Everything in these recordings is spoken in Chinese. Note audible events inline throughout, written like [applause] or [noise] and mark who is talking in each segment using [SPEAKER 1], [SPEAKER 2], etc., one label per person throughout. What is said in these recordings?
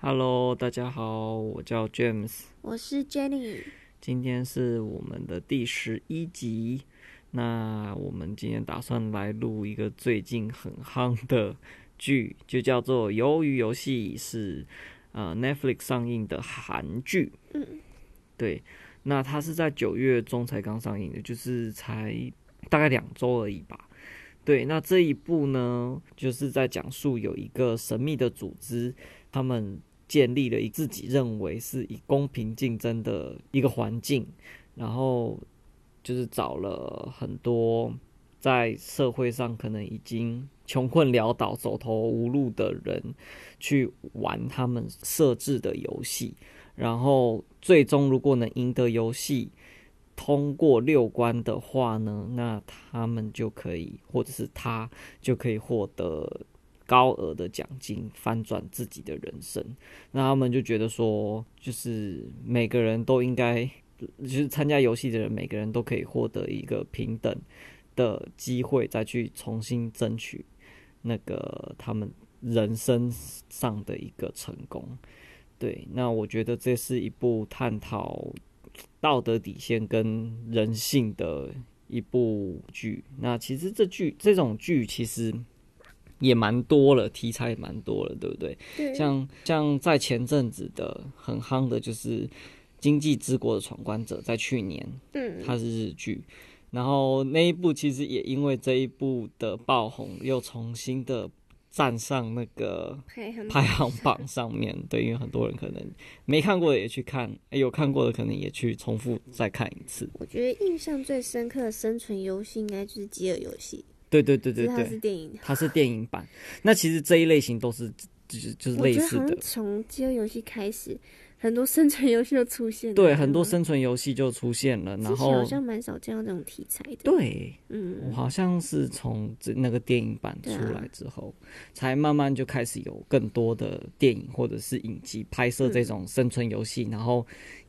[SPEAKER 1] Hello，大家好，我叫 James，
[SPEAKER 2] 我是 Jenny。
[SPEAKER 1] 今天是我们的第十一集。那我们今天打算来录一个最近很夯的剧，就叫做《鱿鱼游戏》，是呃 Netflix 上映的韩剧。
[SPEAKER 2] 嗯，
[SPEAKER 1] 对，那它是在九月中才刚上映的，就是才大概两周而已吧。对，那这一部呢，就是在讲述有一个神秘的组织，他们建立了一自己认为是以公平竞争的一个环境，然后就是找了很多在社会上可能已经穷困潦倒、走投无路的人去玩他们设置的游戏，然后最终如果能赢得游戏，通过六关的话呢，那他们就可以，或者是他就可以获得高额的奖金，翻转自己的人生。那他们就觉得说，就是每个人都应该，就是参加游戏的人，每个人都可以获得一个平等的机会，再去重新争取那个他们人生上的一个成功。对，那我觉得这是一部探讨道德底线跟人性的一部剧。那其实这剧这种剧其实也蛮多了，题材也蛮多了，对不对？
[SPEAKER 2] 对，
[SPEAKER 1] 像像在前阵子的很夯的就是《经济之国的闯关者》，在去年
[SPEAKER 2] 嗯，
[SPEAKER 1] 它是日剧，然后那一部其实也因为这一部的爆红，又重新的站上那个
[SPEAKER 2] 排行
[SPEAKER 1] 排
[SPEAKER 2] 榜
[SPEAKER 1] 行榜上面，对，因为很多人可能没看过的也去看，诶有看过的可能也去重复再看一次。
[SPEAKER 2] 我觉得印象最深刻的生存游戏应该就是饥饿游戏，
[SPEAKER 1] 对对对对
[SPEAKER 2] 只是它是
[SPEAKER 1] 对，
[SPEAKER 2] 电影。
[SPEAKER 1] 它是电影版。那其实这一类型都是就是就是
[SPEAKER 2] 我
[SPEAKER 1] 类
[SPEAKER 2] 觉得
[SPEAKER 1] 似
[SPEAKER 2] 好
[SPEAKER 1] 的
[SPEAKER 2] 像，从饥饿游戏开始，很多生存游戏都出现了。
[SPEAKER 1] 对，很多
[SPEAKER 2] 生，
[SPEAKER 1] 生存游戏就出现了，
[SPEAKER 2] 之
[SPEAKER 1] 然
[SPEAKER 2] 前
[SPEAKER 1] 后
[SPEAKER 2] 好像蛮少见到这种题材的。，
[SPEAKER 1] 对。我
[SPEAKER 2] 嗯，
[SPEAKER 1] 好像是从这那个电影版出
[SPEAKER 2] 对啊
[SPEAKER 1] 来之后，才慢慢就开始有更多的电影或者是影集拍摄这种生存游戏，然后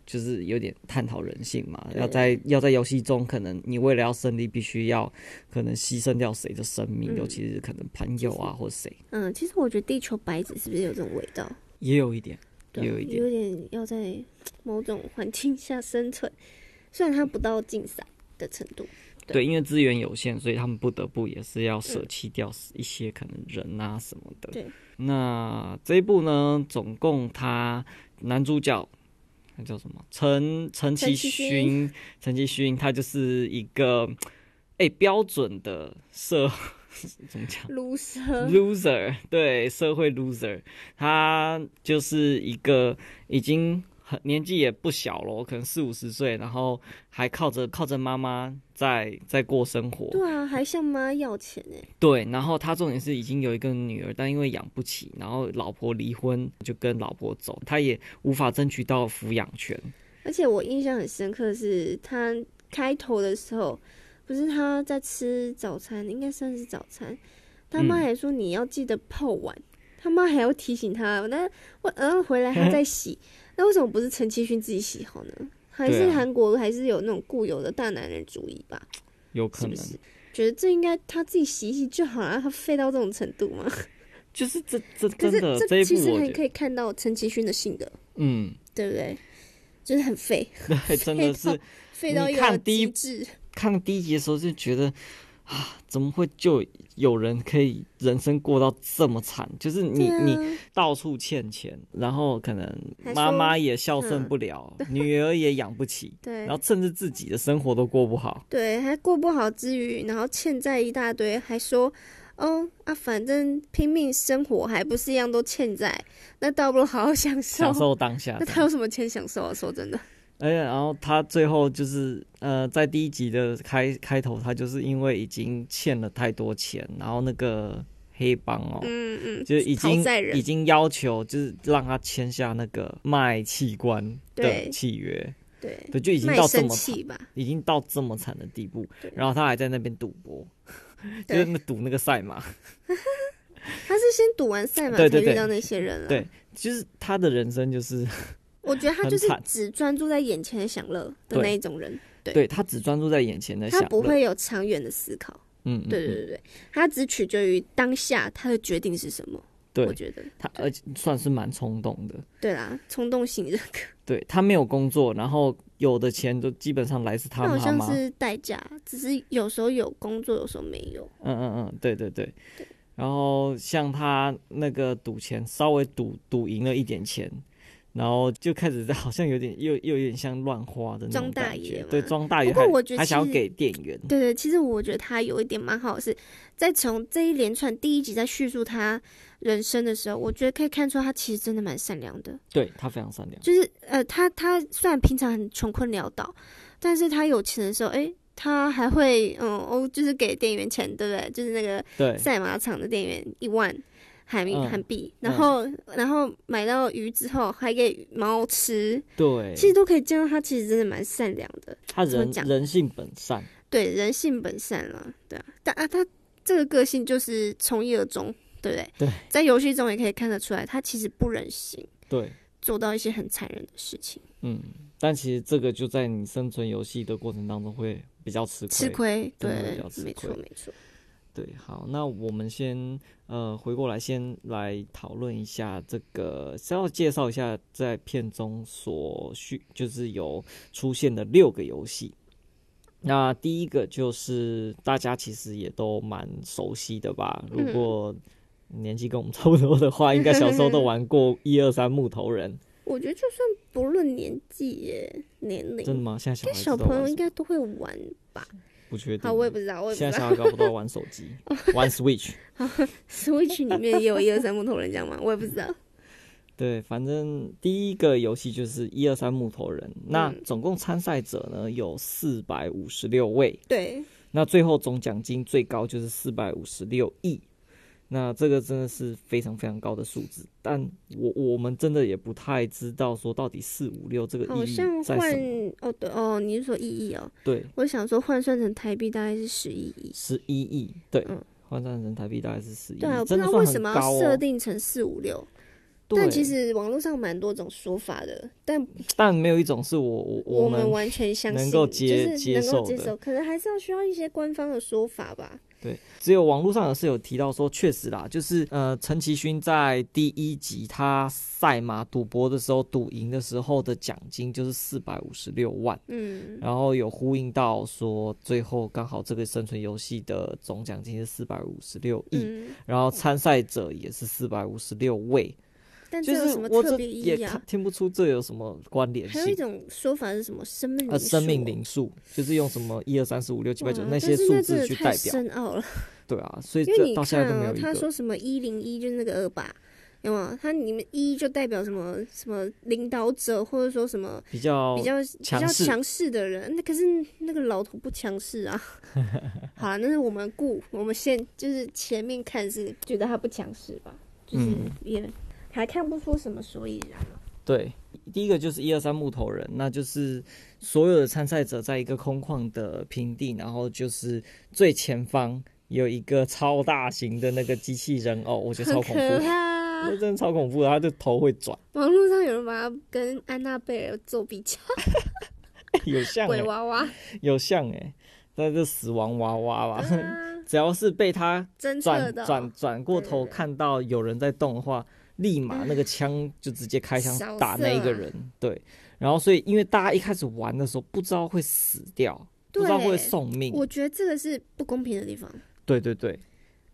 [SPEAKER 1] 就是有点探讨人性嘛。
[SPEAKER 2] 对
[SPEAKER 1] 要在要在游戏中，可能你为了要胜利，必须要可能牺牲掉谁的生命，
[SPEAKER 2] 嗯
[SPEAKER 1] 尤其是可能朋友啊或谁，
[SPEAKER 2] 嗯，其实我觉得《地球白纸》是不是有这种味道？
[SPEAKER 1] 也有一点，
[SPEAKER 2] 对啊
[SPEAKER 1] 有一点
[SPEAKER 2] 有点要在某种环境下生存，虽然它不到竞赛的程
[SPEAKER 1] [laughs]
[SPEAKER 2] 度。对
[SPEAKER 1] 对，因为资源有限，所以他们不得不也是要舍弃掉一些可能人啊什么的。
[SPEAKER 2] 对，
[SPEAKER 1] 那这一部呢，总共他男主角他叫什么？陈陈其
[SPEAKER 2] 陈其
[SPEAKER 1] 勋，陈其勋，他就是一个哎、标准的社 [laughs] 怎么讲？
[SPEAKER 2] 卢蛇
[SPEAKER 1] loser，对，社会 loser，他就是一个已经很年纪也不小了，可能四五十岁，然后还靠着靠着妈妈在在过生活，
[SPEAKER 2] 对啊，还向妈要钱哎、
[SPEAKER 1] 对，然后他重点是已经有一个女儿，但因为养不起，然后老婆离婚，就跟老婆走，他也无法争取到抚养权。
[SPEAKER 2] 而且我印象很深刻的是，他开头的时候，不是他在吃早餐，应该算是早餐，他妈
[SPEAKER 1] 嗯
[SPEAKER 2] 还说你要记得泡碗，他妈还要提醒他，那我然后回来
[SPEAKER 1] [laughs]
[SPEAKER 2] 他再洗，那为什么不是陈其勋自己洗好呢？还
[SPEAKER 1] 对
[SPEAKER 2] 是
[SPEAKER 1] 啊
[SPEAKER 2] 韩国还是有那种固有的大男人主义吧？
[SPEAKER 1] 有可
[SPEAKER 2] 是
[SPEAKER 1] 能
[SPEAKER 2] 不是？觉得这应该他自己洗一洗就好了，他废到这种程度吗？
[SPEAKER 1] 就是这这
[SPEAKER 2] 可
[SPEAKER 1] 真
[SPEAKER 2] 是
[SPEAKER 1] 的
[SPEAKER 2] 这
[SPEAKER 1] 一
[SPEAKER 2] 其
[SPEAKER 1] 部
[SPEAKER 2] 实
[SPEAKER 1] 我
[SPEAKER 2] 还
[SPEAKER 1] 觉
[SPEAKER 2] 可
[SPEAKER 1] 得，
[SPEAKER 2] 以看到陈其勋的性格，
[SPEAKER 1] 嗯，
[SPEAKER 2] 对不对？就是很废，
[SPEAKER 1] 对，真的
[SPEAKER 2] 废
[SPEAKER 1] 是
[SPEAKER 2] 到废到
[SPEAKER 1] 你
[SPEAKER 2] 一个
[SPEAKER 1] 看第一
[SPEAKER 2] 极致。
[SPEAKER 1] 看第一集的时候就觉得啊，怎么会就有人可以人生过到这么惨？就是你、
[SPEAKER 2] 对
[SPEAKER 1] 你
[SPEAKER 2] 啊、
[SPEAKER 1] 到处欠钱，然后可能
[SPEAKER 2] 还
[SPEAKER 1] 妈
[SPEAKER 2] 说
[SPEAKER 1] 妈也孝顺
[SPEAKER 2] 嗯 [laughs]
[SPEAKER 1] 不了，女儿也养不起，
[SPEAKER 2] 对
[SPEAKER 1] 然后甚至自己的生活都过不
[SPEAKER 2] [laughs]
[SPEAKER 1] 好。
[SPEAKER 2] 对，还过不好之余，然后欠债一大堆，还说哦啊，反正拼命生活还不是一样都欠债，那倒不如好好享受。
[SPEAKER 1] 享受啊当下的。
[SPEAKER 2] 那他有什么钱享受啊？说真的，
[SPEAKER 1] 而且，然后他最后就是，呃，在第一集的开开头，他就是因为已经欠了太多钱，然后那个黑帮哦，
[SPEAKER 2] 嗯嗯，
[SPEAKER 1] 就是已经
[SPEAKER 2] 讨债人
[SPEAKER 1] 已经要求，就是让他签下那个卖器官的
[SPEAKER 2] 对
[SPEAKER 1] 契约，
[SPEAKER 2] 对，
[SPEAKER 1] 对，就已经
[SPEAKER 2] 卖
[SPEAKER 1] 到这
[SPEAKER 2] 身
[SPEAKER 1] 么惨，
[SPEAKER 2] 契吧，
[SPEAKER 1] 已经到这么惨的地步
[SPEAKER 2] 对。
[SPEAKER 1] 然后他还在那边赌博，就是
[SPEAKER 2] 对
[SPEAKER 1] 那赌那个赛马，
[SPEAKER 2] 他是先赌完赛马才
[SPEAKER 1] 对对对
[SPEAKER 2] 遇到那些人了。
[SPEAKER 1] 对就是他的人生就是，
[SPEAKER 2] 我觉得他就是
[SPEAKER 1] 很惨
[SPEAKER 2] 只专注在眼前的享乐的
[SPEAKER 1] 对
[SPEAKER 2] 那一种人，对
[SPEAKER 1] 对他只专注在眼前的享
[SPEAKER 2] 他
[SPEAKER 1] 乐，
[SPEAKER 2] 不会有长远的思考。
[SPEAKER 1] 嗯，嗯，
[SPEAKER 2] 对对
[SPEAKER 1] 嗯
[SPEAKER 2] 对对，他只取决于当下他的决定是什么。
[SPEAKER 1] 对
[SPEAKER 2] 我觉得
[SPEAKER 1] 他而且算是蛮冲动的，
[SPEAKER 2] 对啦，冲动型人格，
[SPEAKER 1] 对他没有工作，然后有的钱就基本上来自他
[SPEAKER 2] 他好
[SPEAKER 1] 妈
[SPEAKER 2] 像
[SPEAKER 1] 妈，
[SPEAKER 2] 是代驾，只是有时候有工作，有时候没有。
[SPEAKER 1] 嗯嗯嗯，对对对。然后像他那个赌钱，稍微赌赌赢了一点钱，然后就开始在好像有点又又有点像乱花的那种
[SPEAKER 2] 装大
[SPEAKER 1] 感
[SPEAKER 2] 爷
[SPEAKER 1] 觉
[SPEAKER 2] 嘛，
[SPEAKER 1] 对，装大爷
[SPEAKER 2] 不过
[SPEAKER 1] 还
[SPEAKER 2] 我觉得
[SPEAKER 1] 还
[SPEAKER 2] 其
[SPEAKER 1] 想要
[SPEAKER 2] 实
[SPEAKER 1] 给店员，
[SPEAKER 2] 对对，其实我觉得他有一点蛮好的是，在从这一连串第一集在叙述他人生的时候，我觉得可以看出他其实真的蛮善良的。
[SPEAKER 1] 对他非常善良，
[SPEAKER 2] 就是呃，他他虽然平常很穷困潦倒，但是他有钱的时候，诶，他还会嗯哦，就是给店员钱，对不对？就是那个
[SPEAKER 1] 对
[SPEAKER 2] 赛马场的店员一万韩币
[SPEAKER 1] 嗯
[SPEAKER 2] 韩币，然后然后买到鱼之后还给猫吃，
[SPEAKER 1] 对，
[SPEAKER 2] 其实都可以见到他其实真的蛮善良的。
[SPEAKER 1] 他
[SPEAKER 2] 怎么
[SPEAKER 1] 人
[SPEAKER 2] 讲
[SPEAKER 1] 人性本善，
[SPEAKER 2] 对，人性本善啦，对啊，但啊，他这个个性就是从一而终，对不对？
[SPEAKER 1] 对，
[SPEAKER 2] 在游戏中也可以看得出来，他其实不忍心
[SPEAKER 1] 对，
[SPEAKER 2] 做到一些很残忍的事情，
[SPEAKER 1] 嗯，但其实这个就在你生存游戏的过程当中会比较吃亏，
[SPEAKER 2] 吃亏，
[SPEAKER 1] 真
[SPEAKER 2] 对
[SPEAKER 1] 的比较，吃
[SPEAKER 2] 没错
[SPEAKER 1] 亏
[SPEAKER 2] 没错，
[SPEAKER 1] 对，好，那我们先呃回过来，先来讨论一下这个，是要介绍一下在片中所需，就是有出现的六个游戏。那第一个就是大家其实也都蛮熟悉的吧？如
[SPEAKER 2] 嗯
[SPEAKER 1] 果年纪跟我们差不多的话，应该小时候都
[SPEAKER 2] [laughs]
[SPEAKER 1] 玩过一二三木头人，
[SPEAKER 2] 我觉得就算不论年纪耶年龄，
[SPEAKER 1] 真的
[SPEAKER 2] 应
[SPEAKER 1] 吗？现在小
[SPEAKER 2] 该
[SPEAKER 1] 孩
[SPEAKER 2] 小
[SPEAKER 1] 子都
[SPEAKER 2] 朋友
[SPEAKER 1] 玩
[SPEAKER 2] 应
[SPEAKER 1] 什么，
[SPEAKER 2] 该都会玩吧？
[SPEAKER 1] 不确定
[SPEAKER 2] 好，。我也不知道，我也不
[SPEAKER 1] 现在
[SPEAKER 2] 知道
[SPEAKER 1] 小孩搞不都在玩手机，玩
[SPEAKER 2] [laughs]
[SPEAKER 1] Switch。
[SPEAKER 2] ，Switch 里面也有一二三木头人这样吗？我也不知道，
[SPEAKER 1] 对，反正第一个游戏就是一二三木头人，那
[SPEAKER 2] 嗯
[SPEAKER 1] 总共参赛者呢有四百五十六位， [laughs]
[SPEAKER 2] 对，
[SPEAKER 1] 那最后总奖金最高就是四百五十六亿，那这个真的是非常非常高的数字，但我我们真的也不太知道说到底四五六这个
[SPEAKER 2] 好
[SPEAKER 1] 意义
[SPEAKER 2] 像
[SPEAKER 1] 在
[SPEAKER 2] 换
[SPEAKER 1] 什么，
[SPEAKER 2] 哦对哦，你是说意义哦？
[SPEAKER 1] 对，
[SPEAKER 2] 我想说换算成台币大概是十一亿。
[SPEAKER 1] 十一亿，对
[SPEAKER 2] 嗯，
[SPEAKER 1] 换算成台币大概是十亿，
[SPEAKER 2] 对啊，我不
[SPEAKER 1] 嗯真
[SPEAKER 2] 知
[SPEAKER 1] 的
[SPEAKER 2] 道
[SPEAKER 1] 算
[SPEAKER 2] 为什
[SPEAKER 1] 很
[SPEAKER 2] 么
[SPEAKER 1] 高
[SPEAKER 2] 要设
[SPEAKER 1] 哦。
[SPEAKER 2] 定成四五六，
[SPEAKER 1] 对
[SPEAKER 2] 但其实网络上蛮多种说法的，但
[SPEAKER 1] 但没有一种是我我
[SPEAKER 2] 我
[SPEAKER 1] 们
[SPEAKER 2] 们完全相信，
[SPEAKER 1] 能够接
[SPEAKER 2] 就是
[SPEAKER 1] 接
[SPEAKER 2] 能
[SPEAKER 1] 受
[SPEAKER 2] 够
[SPEAKER 1] 的
[SPEAKER 2] 接受，可能还是要需要一些官方的说法吧。
[SPEAKER 1] 对，只有网络上有是有提到说，确实啦，就是呃，陈其勋在第一集他赛马赌博的时候，赌赢的时候的奖金就是四百五十六万，
[SPEAKER 2] 嗯，
[SPEAKER 1] 然后有呼应到说，最后刚好这个生存游戏的总奖金是四百五十六亿，
[SPEAKER 2] 嗯，
[SPEAKER 1] 然后参赛者也是四百五十六位，
[SPEAKER 2] 但这
[SPEAKER 1] 就
[SPEAKER 2] 有
[SPEAKER 1] 是
[SPEAKER 2] 什么
[SPEAKER 1] 我
[SPEAKER 2] 特
[SPEAKER 1] 这
[SPEAKER 2] 别意
[SPEAKER 1] 也
[SPEAKER 2] 义
[SPEAKER 1] 看
[SPEAKER 2] 啊？
[SPEAKER 1] 听不出这有什么关联
[SPEAKER 2] 还有一
[SPEAKER 1] 性。
[SPEAKER 2] 种说法是什么？生命
[SPEAKER 1] 呃，
[SPEAKER 2] 灵数哦，
[SPEAKER 1] 生命灵数就是用什么一二三四五六七八九
[SPEAKER 2] 哇
[SPEAKER 1] 那
[SPEAKER 2] 但
[SPEAKER 1] 些
[SPEAKER 2] 是
[SPEAKER 1] 数
[SPEAKER 2] 那真
[SPEAKER 1] 字
[SPEAKER 2] 的
[SPEAKER 1] 去
[SPEAKER 2] 太
[SPEAKER 1] 代表，
[SPEAKER 2] 深奥了。
[SPEAKER 1] 对啊，所以
[SPEAKER 2] 因为
[SPEAKER 1] 这
[SPEAKER 2] 你
[SPEAKER 1] 到现在
[SPEAKER 2] 看
[SPEAKER 1] 都没
[SPEAKER 2] 啊
[SPEAKER 1] 有，一
[SPEAKER 2] 他
[SPEAKER 1] 个。
[SPEAKER 2] 说什么一零一就是那个二八，有没有？他你们一就代表什么什么领导者，或者说什么
[SPEAKER 1] 比较
[SPEAKER 2] 比较比较
[SPEAKER 1] 强势
[SPEAKER 2] 强势的人，那可是那个老头不强势啊。
[SPEAKER 1] [laughs]
[SPEAKER 2] 好啦，那是我们顾我们现就是前面看是觉得他不强势吧，就是
[SPEAKER 1] 嗯
[SPEAKER 2] 也、还看不出什么所以然嘛。
[SPEAKER 1] 对，第一个就是一二三木头人，那就是所有的参赛者在一个空旷的平地，然后就是最前方有一个超大型的那个机器人偶，我觉得超
[SPEAKER 2] 很
[SPEAKER 1] 恐
[SPEAKER 2] 可
[SPEAKER 1] 怖，
[SPEAKER 2] 怕
[SPEAKER 1] 那，真的超恐怖的，他的头会转，
[SPEAKER 2] 网络上有人把他跟安娜贝尔做比较，
[SPEAKER 1] 有像哎、
[SPEAKER 2] 鬼娃娃，
[SPEAKER 1] 有像哎、那就死亡娃娃吧。
[SPEAKER 2] [laughs]
[SPEAKER 1] [laughs]
[SPEAKER 2] 啊，
[SPEAKER 1] 只要是被他
[SPEAKER 2] 侦测
[SPEAKER 1] 欸转
[SPEAKER 2] 的哦
[SPEAKER 1] 转转过头
[SPEAKER 2] 对对对
[SPEAKER 1] 看到有人在动的话，立马那个枪就直接开
[SPEAKER 2] [laughs]
[SPEAKER 1] 枪
[SPEAKER 2] 扫
[SPEAKER 1] 打那一个
[SPEAKER 2] 射啊
[SPEAKER 1] 人。对，然后所以因为大家一开始玩的时候不知道会死掉，不知道会
[SPEAKER 2] 对
[SPEAKER 1] 送命。
[SPEAKER 2] 我觉得这个是不公平的地方，
[SPEAKER 1] 对对对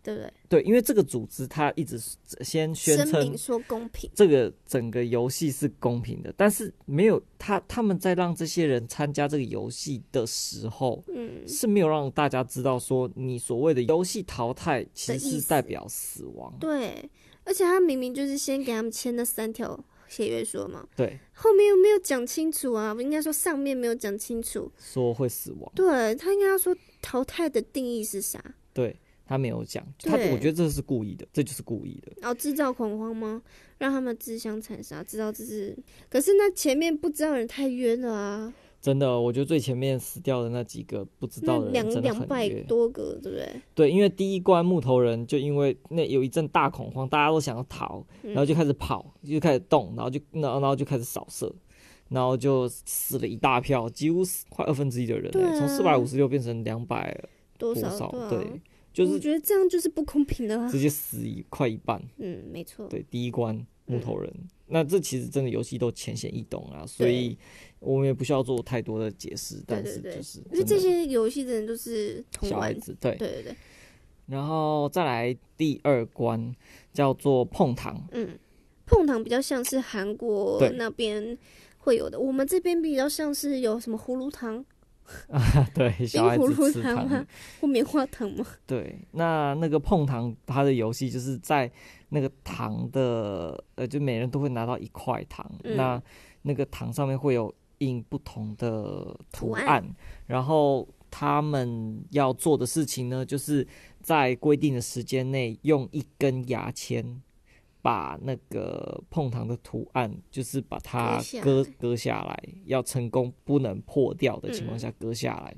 [SPEAKER 2] 对不对？
[SPEAKER 1] 对，因为这个组织他一直先宣
[SPEAKER 2] 声
[SPEAKER 1] 称
[SPEAKER 2] 明说公平，
[SPEAKER 1] 这个整个游戏是公平的，但是没有他他们在让这些人参加这个游戏的时候。
[SPEAKER 2] 嗯，
[SPEAKER 1] 是没有让大家知道说你所谓的游戏淘汰其
[SPEAKER 2] 的
[SPEAKER 1] 实
[SPEAKER 2] 意
[SPEAKER 1] 是代
[SPEAKER 2] 思
[SPEAKER 1] 表死亡，
[SPEAKER 2] 对，而且他明明就是先给他们签那三条协约书嘛，
[SPEAKER 1] 对，
[SPEAKER 2] 后面又没有讲清楚啊，应该说上面没有讲清楚。
[SPEAKER 1] 说会死亡。
[SPEAKER 2] 对他应该要说淘汰的定义是啥？
[SPEAKER 1] 对他没有讲，他
[SPEAKER 2] 对
[SPEAKER 1] 我觉得这是故意的，这就是故意的。
[SPEAKER 2] 然后哦制造恐慌吗？让他们自相残杀，知道这是……可是那前面不知道的人太冤了啊！
[SPEAKER 1] 真的，我觉得最前面死掉的那几个不知道
[SPEAKER 2] 那
[SPEAKER 1] 的
[SPEAKER 2] 两
[SPEAKER 1] 人真的
[SPEAKER 2] 两
[SPEAKER 1] 很
[SPEAKER 2] 百
[SPEAKER 1] 冤。
[SPEAKER 2] 多个，对不对？
[SPEAKER 1] 对，因为第一关木头人就因为那有一阵大恐慌，大家都想要逃，
[SPEAKER 2] 嗯
[SPEAKER 1] 然后就开始跑，就开始动，然后就然后然后就开始扫射，然后就死了一大票，几乎死快二分之一的人、
[SPEAKER 2] 对
[SPEAKER 1] 欸，
[SPEAKER 2] 啊
[SPEAKER 1] 从四百五十六变成两百
[SPEAKER 2] 多
[SPEAKER 1] 多
[SPEAKER 2] 少？
[SPEAKER 1] 少？
[SPEAKER 2] 对啊，
[SPEAKER 1] 对，就是
[SPEAKER 2] 我觉得这样就是不公平的啦
[SPEAKER 1] 直。接死一快一半。
[SPEAKER 2] 嗯，没错。
[SPEAKER 1] 对，第一关木头人，
[SPEAKER 2] 嗯
[SPEAKER 1] 那这其实真的游戏都浅显易懂啊，所以我们也不需要做太多的解释，但是
[SPEAKER 2] 对
[SPEAKER 1] 就是
[SPEAKER 2] 因为
[SPEAKER 1] 真
[SPEAKER 2] 这
[SPEAKER 1] 的
[SPEAKER 2] 些游戏的人都是童
[SPEAKER 1] 小孩
[SPEAKER 2] 玩，
[SPEAKER 1] 子对，
[SPEAKER 2] 对对对，
[SPEAKER 1] 然后再来第二关叫做碰糖，
[SPEAKER 2] 嗯，碰糖比较像是韩国
[SPEAKER 1] 对
[SPEAKER 2] 那边会有的，我们这边比较像是有什么葫芦糖
[SPEAKER 1] [laughs] 对，小
[SPEAKER 2] [laughs]
[SPEAKER 1] 孩
[SPEAKER 2] 葫芦
[SPEAKER 1] 子吃
[SPEAKER 2] 糖
[SPEAKER 1] 糖
[SPEAKER 2] 吗
[SPEAKER 1] [laughs]
[SPEAKER 2] 或棉花糖吗？
[SPEAKER 1] 对，那那个碰糖它的游戏就是在那个糖的，呃，就每人都会拿到一块糖，
[SPEAKER 2] 嗯
[SPEAKER 1] 那那个糖上面会有印不同的
[SPEAKER 2] 图
[SPEAKER 1] 图
[SPEAKER 2] 案
[SPEAKER 1] 然后他们要做的事情呢，就是在规定的时间内用一根牙签。把那个碰糖的图案，就是把它
[SPEAKER 2] 割下
[SPEAKER 1] 割
[SPEAKER 2] 来
[SPEAKER 1] 割下来，要成功不能破掉的情况
[SPEAKER 2] 嗯
[SPEAKER 1] 下割下来，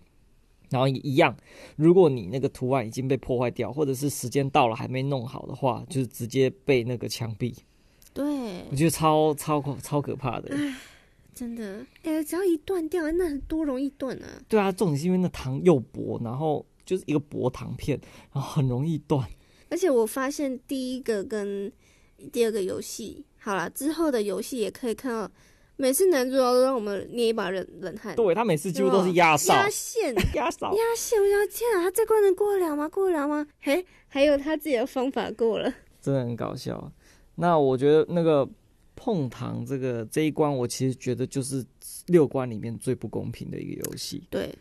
[SPEAKER 1] 然后一样，如果你那个图案已经被破坏掉，或者是时间到了还没弄好的话，就是直接被那个枪毙。
[SPEAKER 2] [laughs] 对
[SPEAKER 1] 我，觉得超超超可怕的。
[SPEAKER 2] 真的，哎、只要一断掉，那多容易断啊！
[SPEAKER 1] 对啊，重点是因为那糖又薄，然后就是一个薄糖片，然后很容易断。
[SPEAKER 2] 而且我发现第一个跟第二个游戏，好啦，之后的游戏也可以看到，每次男主角都让我们捏一把冷冷汗，
[SPEAKER 1] 对，他每次几乎都是压哨，
[SPEAKER 2] 压
[SPEAKER 1] [laughs]
[SPEAKER 2] 线，
[SPEAKER 1] 压哨。
[SPEAKER 2] 压线，我想天啊，他这关能过得了吗？过得了吗？嘿，还有他自己的方法过了，
[SPEAKER 1] 真的很搞笑。那我觉得那个碰糖这个这一关，我其实觉得就是六关里面最不公平的一个游戏，
[SPEAKER 2] 对，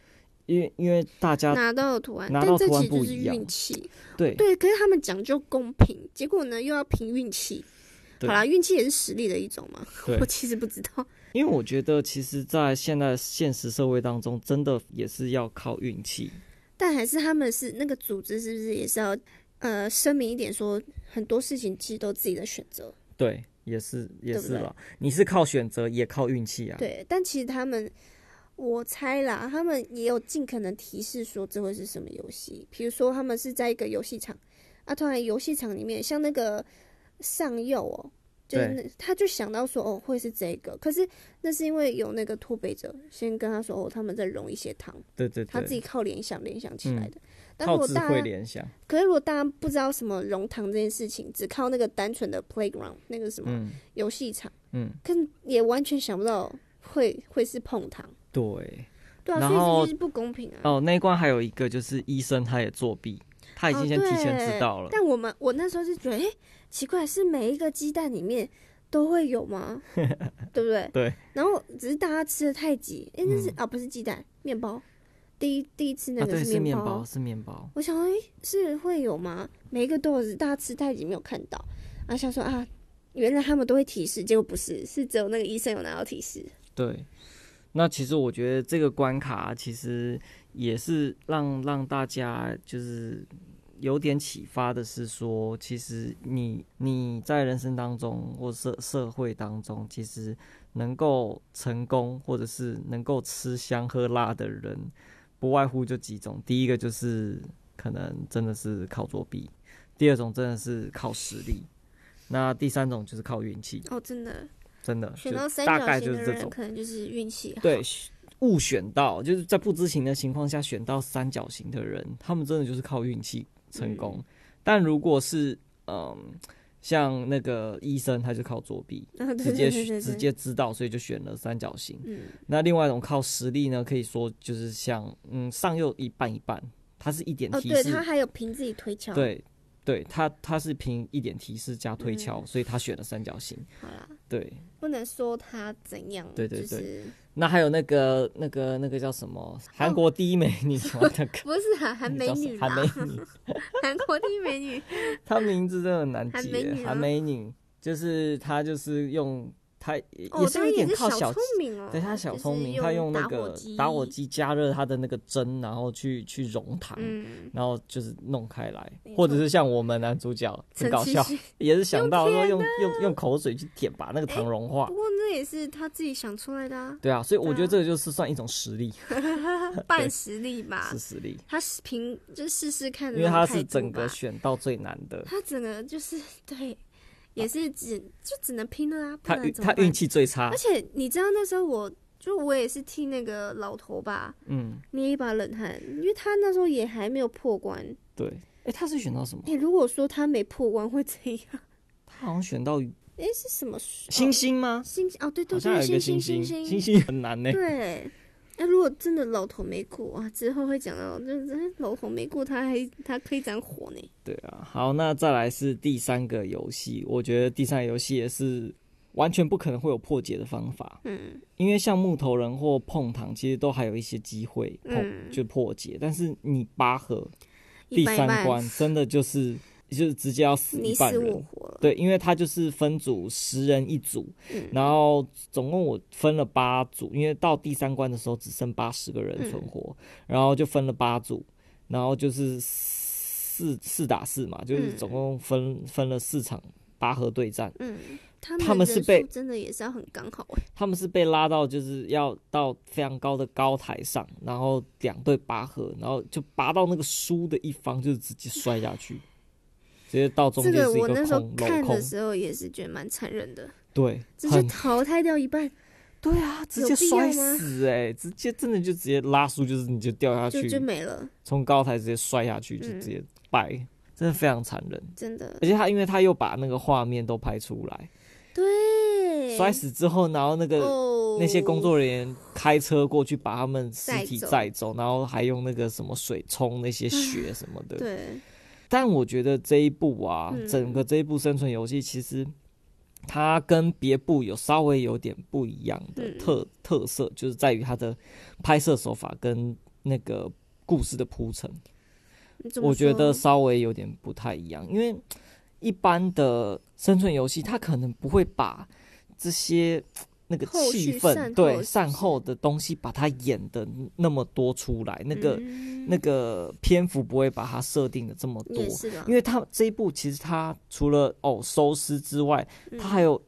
[SPEAKER 1] 因为因为大家
[SPEAKER 2] 拿到的图案，
[SPEAKER 1] 拿到
[SPEAKER 2] 但这
[SPEAKER 1] 图案
[SPEAKER 2] 其实就
[SPEAKER 1] 不
[SPEAKER 2] 是
[SPEAKER 1] 一样
[SPEAKER 2] 运气，
[SPEAKER 1] 对
[SPEAKER 2] 对，可是他们讲究公平，结果呢又要凭运气，好
[SPEAKER 1] 对
[SPEAKER 2] 啦，运气也是实力的一种嘛，
[SPEAKER 1] 对
[SPEAKER 2] 我其实不知道，
[SPEAKER 1] 因为我觉得，其实，在现在现实社会当中，真的也是要靠运气。
[SPEAKER 2] 但还是他们是那个组织，是不是也是要呃声明一点说，很多事情其实都自己的选择。
[SPEAKER 1] 对，也是也
[SPEAKER 2] 对
[SPEAKER 1] 是
[SPEAKER 2] 不对
[SPEAKER 1] 啦，你是靠选择，也靠运气啊。
[SPEAKER 2] 对，但其实他们，我猜啦，他们也有尽可能提示说这会是什么游戏。比如说，他们是在一个游戏场，啊，突然游戏场里面，像那个上右哦，就是
[SPEAKER 1] 对
[SPEAKER 2] 那他就想到说哦会是这个，可是那是因为有那个脱北者先跟他说哦他们在融一些糖，
[SPEAKER 1] 对对
[SPEAKER 2] 他自己
[SPEAKER 1] 对，
[SPEAKER 2] 靠联想联想起来
[SPEAKER 1] 嗯
[SPEAKER 2] 的。但如
[SPEAKER 1] 靠
[SPEAKER 2] 果
[SPEAKER 1] 智
[SPEAKER 2] 大
[SPEAKER 1] 慧
[SPEAKER 2] 家
[SPEAKER 1] 联想。
[SPEAKER 2] 可是如果大家不知道什么溶糖这件事情，只靠那个单纯的 playground 那个什么
[SPEAKER 1] 嗯
[SPEAKER 2] 游戏场，
[SPEAKER 1] 嗯，
[SPEAKER 2] 可是也完全想不到会会是碰糖，
[SPEAKER 1] 对。
[SPEAKER 2] 对啊，
[SPEAKER 1] 然
[SPEAKER 2] 所以这
[SPEAKER 1] 后
[SPEAKER 2] 就是不公平啊。
[SPEAKER 1] 哦，那一关还有一个就是医生他也作弊，他已经先
[SPEAKER 2] 哦
[SPEAKER 1] 提
[SPEAKER 2] 对
[SPEAKER 1] 前知道了。
[SPEAKER 2] 但我们我那时候就觉得，哎、奇怪，是每一个鸡蛋里面都会
[SPEAKER 1] [laughs]
[SPEAKER 2] 有吗？对不对？
[SPEAKER 1] 对。
[SPEAKER 2] 然后只是大家吃的太急，哎、那是、
[SPEAKER 1] 嗯
[SPEAKER 2] 啊，不是鸡蛋，面包。第一第一次那
[SPEAKER 1] 啊，
[SPEAKER 2] 个
[SPEAKER 1] 对，是面
[SPEAKER 2] 包
[SPEAKER 1] 包，是面包。
[SPEAKER 2] 我想说，诶，是会有吗？每一个都有，只是大家吃太急没有看到。然后想说啊，原来他们都会提示，结果不是，是只有那个医生有拿到提示。
[SPEAKER 1] 对，那其实我觉得这个关卡其实也是让让大家就是有点启发的是说，其实你你在人生当中或社社会当中，其实能够成功或者是能够吃香喝辣的人，不外乎就几种，第一个就是可能真的是靠作弊，第二种真的是靠实力。那第三种就是靠运气，
[SPEAKER 2] 哦，真的，
[SPEAKER 1] 真的
[SPEAKER 2] 选
[SPEAKER 1] 就
[SPEAKER 2] 到三
[SPEAKER 1] 大
[SPEAKER 2] 角
[SPEAKER 1] 概
[SPEAKER 2] 形
[SPEAKER 1] 就
[SPEAKER 2] 的
[SPEAKER 1] 是这
[SPEAKER 2] 人
[SPEAKER 1] 种。
[SPEAKER 2] 可能就是运气 [laughs] 好。
[SPEAKER 1] 对，误选到，就是在不知情的情况下选到三角形的人，他们真的就是靠运气成功。
[SPEAKER 2] 嗯
[SPEAKER 1] 但如果是嗯，像那个医生，他就靠作弊，
[SPEAKER 2] 啊，对
[SPEAKER 1] 直
[SPEAKER 2] 对
[SPEAKER 1] 接
[SPEAKER 2] [laughs] 对对对，
[SPEAKER 1] 直接知道，所以就选了三角形。
[SPEAKER 2] 嗯，
[SPEAKER 1] 那另外一种靠实力呢，可以说就是像嗯上右一半一半，它是一点
[SPEAKER 2] 哦，
[SPEAKER 1] 提
[SPEAKER 2] 对
[SPEAKER 1] 示，
[SPEAKER 2] 他还有凭自己推敲。，
[SPEAKER 1] 对对，它它是凭一点提示加推敲，
[SPEAKER 2] 嗯
[SPEAKER 1] 所以他选了三角形。
[SPEAKER 2] 好啦，
[SPEAKER 1] 对，
[SPEAKER 2] 不能说他怎样，
[SPEAKER 1] 对对对
[SPEAKER 2] 就是
[SPEAKER 1] 那还有那个那个那个叫什么韩国第一美女
[SPEAKER 2] [laughs]
[SPEAKER 1] 什么那个。
[SPEAKER 2] 不是啊，韩美女
[SPEAKER 1] 韩
[SPEAKER 2] 啦，
[SPEAKER 1] 美女，
[SPEAKER 2] [laughs] 韩国的美
[SPEAKER 1] [laughs]
[SPEAKER 2] 女，
[SPEAKER 1] 她名字真的很难记
[SPEAKER 2] 韩美
[SPEAKER 1] 耶
[SPEAKER 2] 女。啊
[SPEAKER 1] 韩美女就是她，就是用她也
[SPEAKER 2] 哦，
[SPEAKER 1] 是有
[SPEAKER 2] 她
[SPEAKER 1] 一点
[SPEAKER 2] 是
[SPEAKER 1] 靠
[SPEAKER 2] 小
[SPEAKER 1] 小
[SPEAKER 2] 聪，明哦，
[SPEAKER 1] 对她小聪明，
[SPEAKER 2] 就是
[SPEAKER 1] 她用那
[SPEAKER 2] 打火
[SPEAKER 1] 个
[SPEAKER 2] 机，
[SPEAKER 1] 打火，机加热她的那个针，然后去去融糖，
[SPEAKER 2] 嗯，
[SPEAKER 1] 然后就是弄开来
[SPEAKER 2] 没，错
[SPEAKER 1] 或者是像我们男主角很
[SPEAKER 2] 陈
[SPEAKER 1] 搞
[SPEAKER 2] 其
[SPEAKER 1] 笑
[SPEAKER 2] 勋，
[SPEAKER 1] 也是想到说用
[SPEAKER 2] 啊
[SPEAKER 1] 用用口水去舔，把那个
[SPEAKER 2] 哎
[SPEAKER 1] 糖融化
[SPEAKER 2] 不。过那也是他自己想出来的啊，
[SPEAKER 1] 对啊，所以我觉得
[SPEAKER 2] 对啊
[SPEAKER 1] 这个就是算一种实力，
[SPEAKER 2] 半实力吧
[SPEAKER 1] 是。实力，
[SPEAKER 2] 他是凭就试试看的
[SPEAKER 1] 因
[SPEAKER 2] 那
[SPEAKER 1] 为她
[SPEAKER 2] 种态度
[SPEAKER 1] 是整个
[SPEAKER 2] 吧，
[SPEAKER 1] 选到最难的，
[SPEAKER 2] 他整个就是对，也是只就只能拼了啊，不
[SPEAKER 1] 她
[SPEAKER 2] 然
[SPEAKER 1] 运
[SPEAKER 2] 怎么
[SPEAKER 1] 她
[SPEAKER 2] 办
[SPEAKER 1] 运？气啊最差
[SPEAKER 2] 而，且你知道那时候我就我也是替那个老头吧
[SPEAKER 1] 嗯，
[SPEAKER 2] 捏一把冷汗，因为他那时候也还没有破关，
[SPEAKER 1] 对。诶，他是选到什么？
[SPEAKER 2] 哎、如果说他没破万会怎样？
[SPEAKER 1] 他好像选到
[SPEAKER 2] 哎、是什么水？
[SPEAKER 1] 星
[SPEAKER 2] 哦
[SPEAKER 1] 星吗？
[SPEAKER 2] 星星哦，对对
[SPEAKER 1] 好像有
[SPEAKER 2] 对，
[SPEAKER 1] 一个
[SPEAKER 2] 星
[SPEAKER 1] 星
[SPEAKER 2] 星
[SPEAKER 1] 星，
[SPEAKER 2] 星
[SPEAKER 1] 星星很难呢。
[SPEAKER 2] 对。那、如果真的老头没过啊，之后会讲到，就是哎老头没过，他还他可以长火呢。
[SPEAKER 1] 对啊，好，那再来是第三个游戏，我觉得第三个游戏也是完全不可能会有破解的方法，
[SPEAKER 2] 嗯
[SPEAKER 1] 因为像木头人或碰糖，其实都还有一些机会碰、
[SPEAKER 2] 嗯
[SPEAKER 1] 就破解，但是你拔河
[SPEAKER 2] 一
[SPEAKER 1] 第
[SPEAKER 2] 半一
[SPEAKER 1] 三
[SPEAKER 2] 半
[SPEAKER 1] 关真的就是就是直接要死
[SPEAKER 2] 你
[SPEAKER 1] 一半
[SPEAKER 2] 死我
[SPEAKER 1] 人。
[SPEAKER 2] 活了。
[SPEAKER 1] 对，因为它就是分组十人一组，
[SPEAKER 2] 嗯
[SPEAKER 1] 然后总共我分了八组，因为到第三关的时候只剩八十个人
[SPEAKER 2] 嗯
[SPEAKER 1] 存活，然后就分了八组，然后就是四四打四嘛，就是
[SPEAKER 2] 嗯
[SPEAKER 1] 总共分分了四场拔河对战。
[SPEAKER 2] 嗯，他
[SPEAKER 1] 他
[SPEAKER 2] 们
[SPEAKER 1] 们
[SPEAKER 2] 人
[SPEAKER 1] 是被
[SPEAKER 2] 数真的也是要很刚好哎、
[SPEAKER 1] 他们是被拉到就是要到非常高的高台上，然后两队拔河，然后就拔到那个输的一方就直接摔下去，直接到中
[SPEAKER 2] 这
[SPEAKER 1] 间是一
[SPEAKER 2] 我
[SPEAKER 1] 个
[SPEAKER 2] 那时候
[SPEAKER 1] 空镂
[SPEAKER 2] 看
[SPEAKER 1] 空
[SPEAKER 2] 的，时候也是觉得蛮残忍的，
[SPEAKER 1] 对，
[SPEAKER 2] 这就
[SPEAKER 1] 很
[SPEAKER 2] 淘汰掉一半，
[SPEAKER 1] 对啊，直
[SPEAKER 2] 有
[SPEAKER 1] 接
[SPEAKER 2] 必要
[SPEAKER 1] 摔
[SPEAKER 2] 吗
[SPEAKER 1] 死哎、直接真的就直接拉输，就是你就掉下
[SPEAKER 2] 就
[SPEAKER 1] 去，
[SPEAKER 2] 就没了，
[SPEAKER 1] 从高台直接摔下去，就
[SPEAKER 2] 嗯
[SPEAKER 1] 直接掰，真的非常残忍。
[SPEAKER 2] 真的
[SPEAKER 1] 而。且他因为他又把那个画面都拍出来，
[SPEAKER 2] 对，
[SPEAKER 1] 摔死之后，然后那个、
[SPEAKER 2] 哦，
[SPEAKER 1] 那些工作人员开车过去把他们尸
[SPEAKER 2] 载
[SPEAKER 1] 体
[SPEAKER 2] 走
[SPEAKER 1] 载走，然后还用那个什么水冲那些血什么的。
[SPEAKER 2] 对，
[SPEAKER 1] 但我觉得这一部啊，
[SPEAKER 2] 嗯
[SPEAKER 1] 整个这一部生存游戏其实。它跟别部有稍微有点不一样的
[SPEAKER 2] 嗯
[SPEAKER 1] 特、特色，就是在于它的拍摄手法跟那个故事的铺陈。
[SPEAKER 2] 你怎么
[SPEAKER 1] 我觉得
[SPEAKER 2] 说
[SPEAKER 1] 稍微有点不太一样，因为一般的生存游戏，它可能不会把这些那个
[SPEAKER 2] 后续
[SPEAKER 1] 气氛
[SPEAKER 2] 善后是
[SPEAKER 1] 对
[SPEAKER 2] 不
[SPEAKER 1] 善
[SPEAKER 2] 是
[SPEAKER 1] 后的东西，把它演的那么多出来，那个、
[SPEAKER 2] 嗯
[SPEAKER 1] 那个篇幅不会把它设定的这么多
[SPEAKER 2] 也，是吧，
[SPEAKER 1] 因为它这一部其实它除了哦收尸之外，
[SPEAKER 2] 嗯
[SPEAKER 1] 它还有。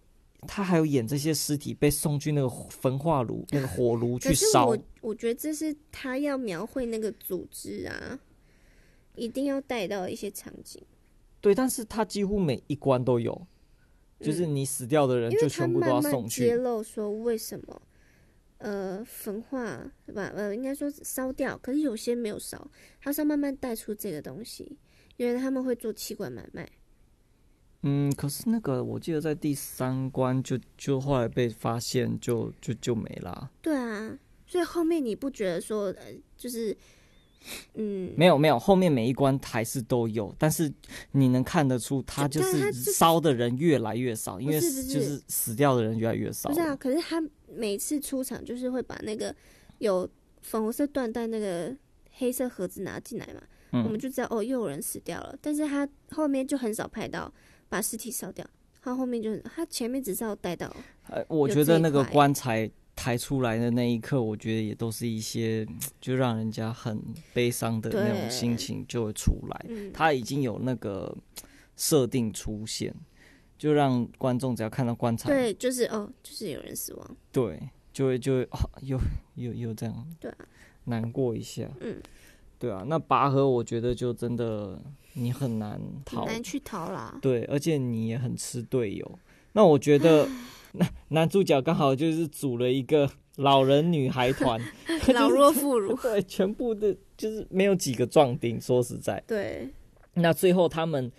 [SPEAKER 1] 它还有演这些尸体被送去那个焚化炉、那个火炉去
[SPEAKER 2] 可是
[SPEAKER 1] 烧
[SPEAKER 2] 我，我觉得这是他要描绘那个组织啊，一定要带到一些场景，
[SPEAKER 1] 对，但是它几乎每一关都有，就是
[SPEAKER 2] 嗯
[SPEAKER 1] 你死掉的人
[SPEAKER 2] 因为
[SPEAKER 1] 就
[SPEAKER 2] 他
[SPEAKER 1] 全部都要
[SPEAKER 2] 慢慢
[SPEAKER 1] 送
[SPEAKER 2] 揭
[SPEAKER 1] 去。
[SPEAKER 2] 露说为什么。呃，焚化不呃，应该说烧掉，可是有些没有烧，他是要慢慢带出这个东西，因为他们会做器官买卖，
[SPEAKER 1] 嗯，可是那个我记得在第三关就就后来被发现就就就没啦。
[SPEAKER 2] 对啊，所以后面你不觉得说呃，就是嗯，
[SPEAKER 1] 没有没有，后面每一关还是都有，但是你能看得出它
[SPEAKER 2] 就
[SPEAKER 1] 就
[SPEAKER 2] 但它
[SPEAKER 1] 是
[SPEAKER 2] 就是
[SPEAKER 1] 烧的人越来越少，因
[SPEAKER 2] 不
[SPEAKER 1] 为
[SPEAKER 2] 是不
[SPEAKER 1] 就是是死掉的人越来越少
[SPEAKER 2] 不是啊，
[SPEAKER 1] 了。
[SPEAKER 2] 可是他每次出场就是会把那个有粉红色缎带那个黑色盒子拿进来嘛，我们
[SPEAKER 1] 嗯，
[SPEAKER 2] 就知道哦，又有人死掉了。但是他后面就很少拍到把尸体烧掉，他后面就很他前面只是要带到，
[SPEAKER 1] 呃我
[SPEAKER 2] 有
[SPEAKER 1] 觉
[SPEAKER 2] 这
[SPEAKER 1] 得
[SPEAKER 2] 一
[SPEAKER 1] 那个
[SPEAKER 2] 块
[SPEAKER 1] 棺材抬出来的那一刻，我觉得也都是一些就让人家很悲伤的那种心
[SPEAKER 2] 对
[SPEAKER 1] 情就会出来。
[SPEAKER 2] 嗯，
[SPEAKER 1] 它已经有那个设定出现，就让观众只要看到棺材，
[SPEAKER 2] 对，就是哦，就是有人死亡，
[SPEAKER 1] 对就会就会、啊、有有有这样，
[SPEAKER 2] 对啊
[SPEAKER 1] 难过一下，
[SPEAKER 2] 嗯，
[SPEAKER 1] 对啊。那拔河我觉得就真的你很难逃
[SPEAKER 2] 很，难去逃
[SPEAKER 1] [laughs]
[SPEAKER 2] 啦。
[SPEAKER 1] 对，而且你也很吃队友。那我觉
[SPEAKER 2] [laughs]
[SPEAKER 1] 得男男主角刚好就是组了一个老人女孩
[SPEAKER 2] [laughs]
[SPEAKER 1] 团，
[SPEAKER 2] 老弱妇
[SPEAKER 1] [laughs]
[SPEAKER 2] 孺，
[SPEAKER 1] 对，全部的就是没有几个壮丁，说实在。
[SPEAKER 2] 对，
[SPEAKER 1] 那最后他们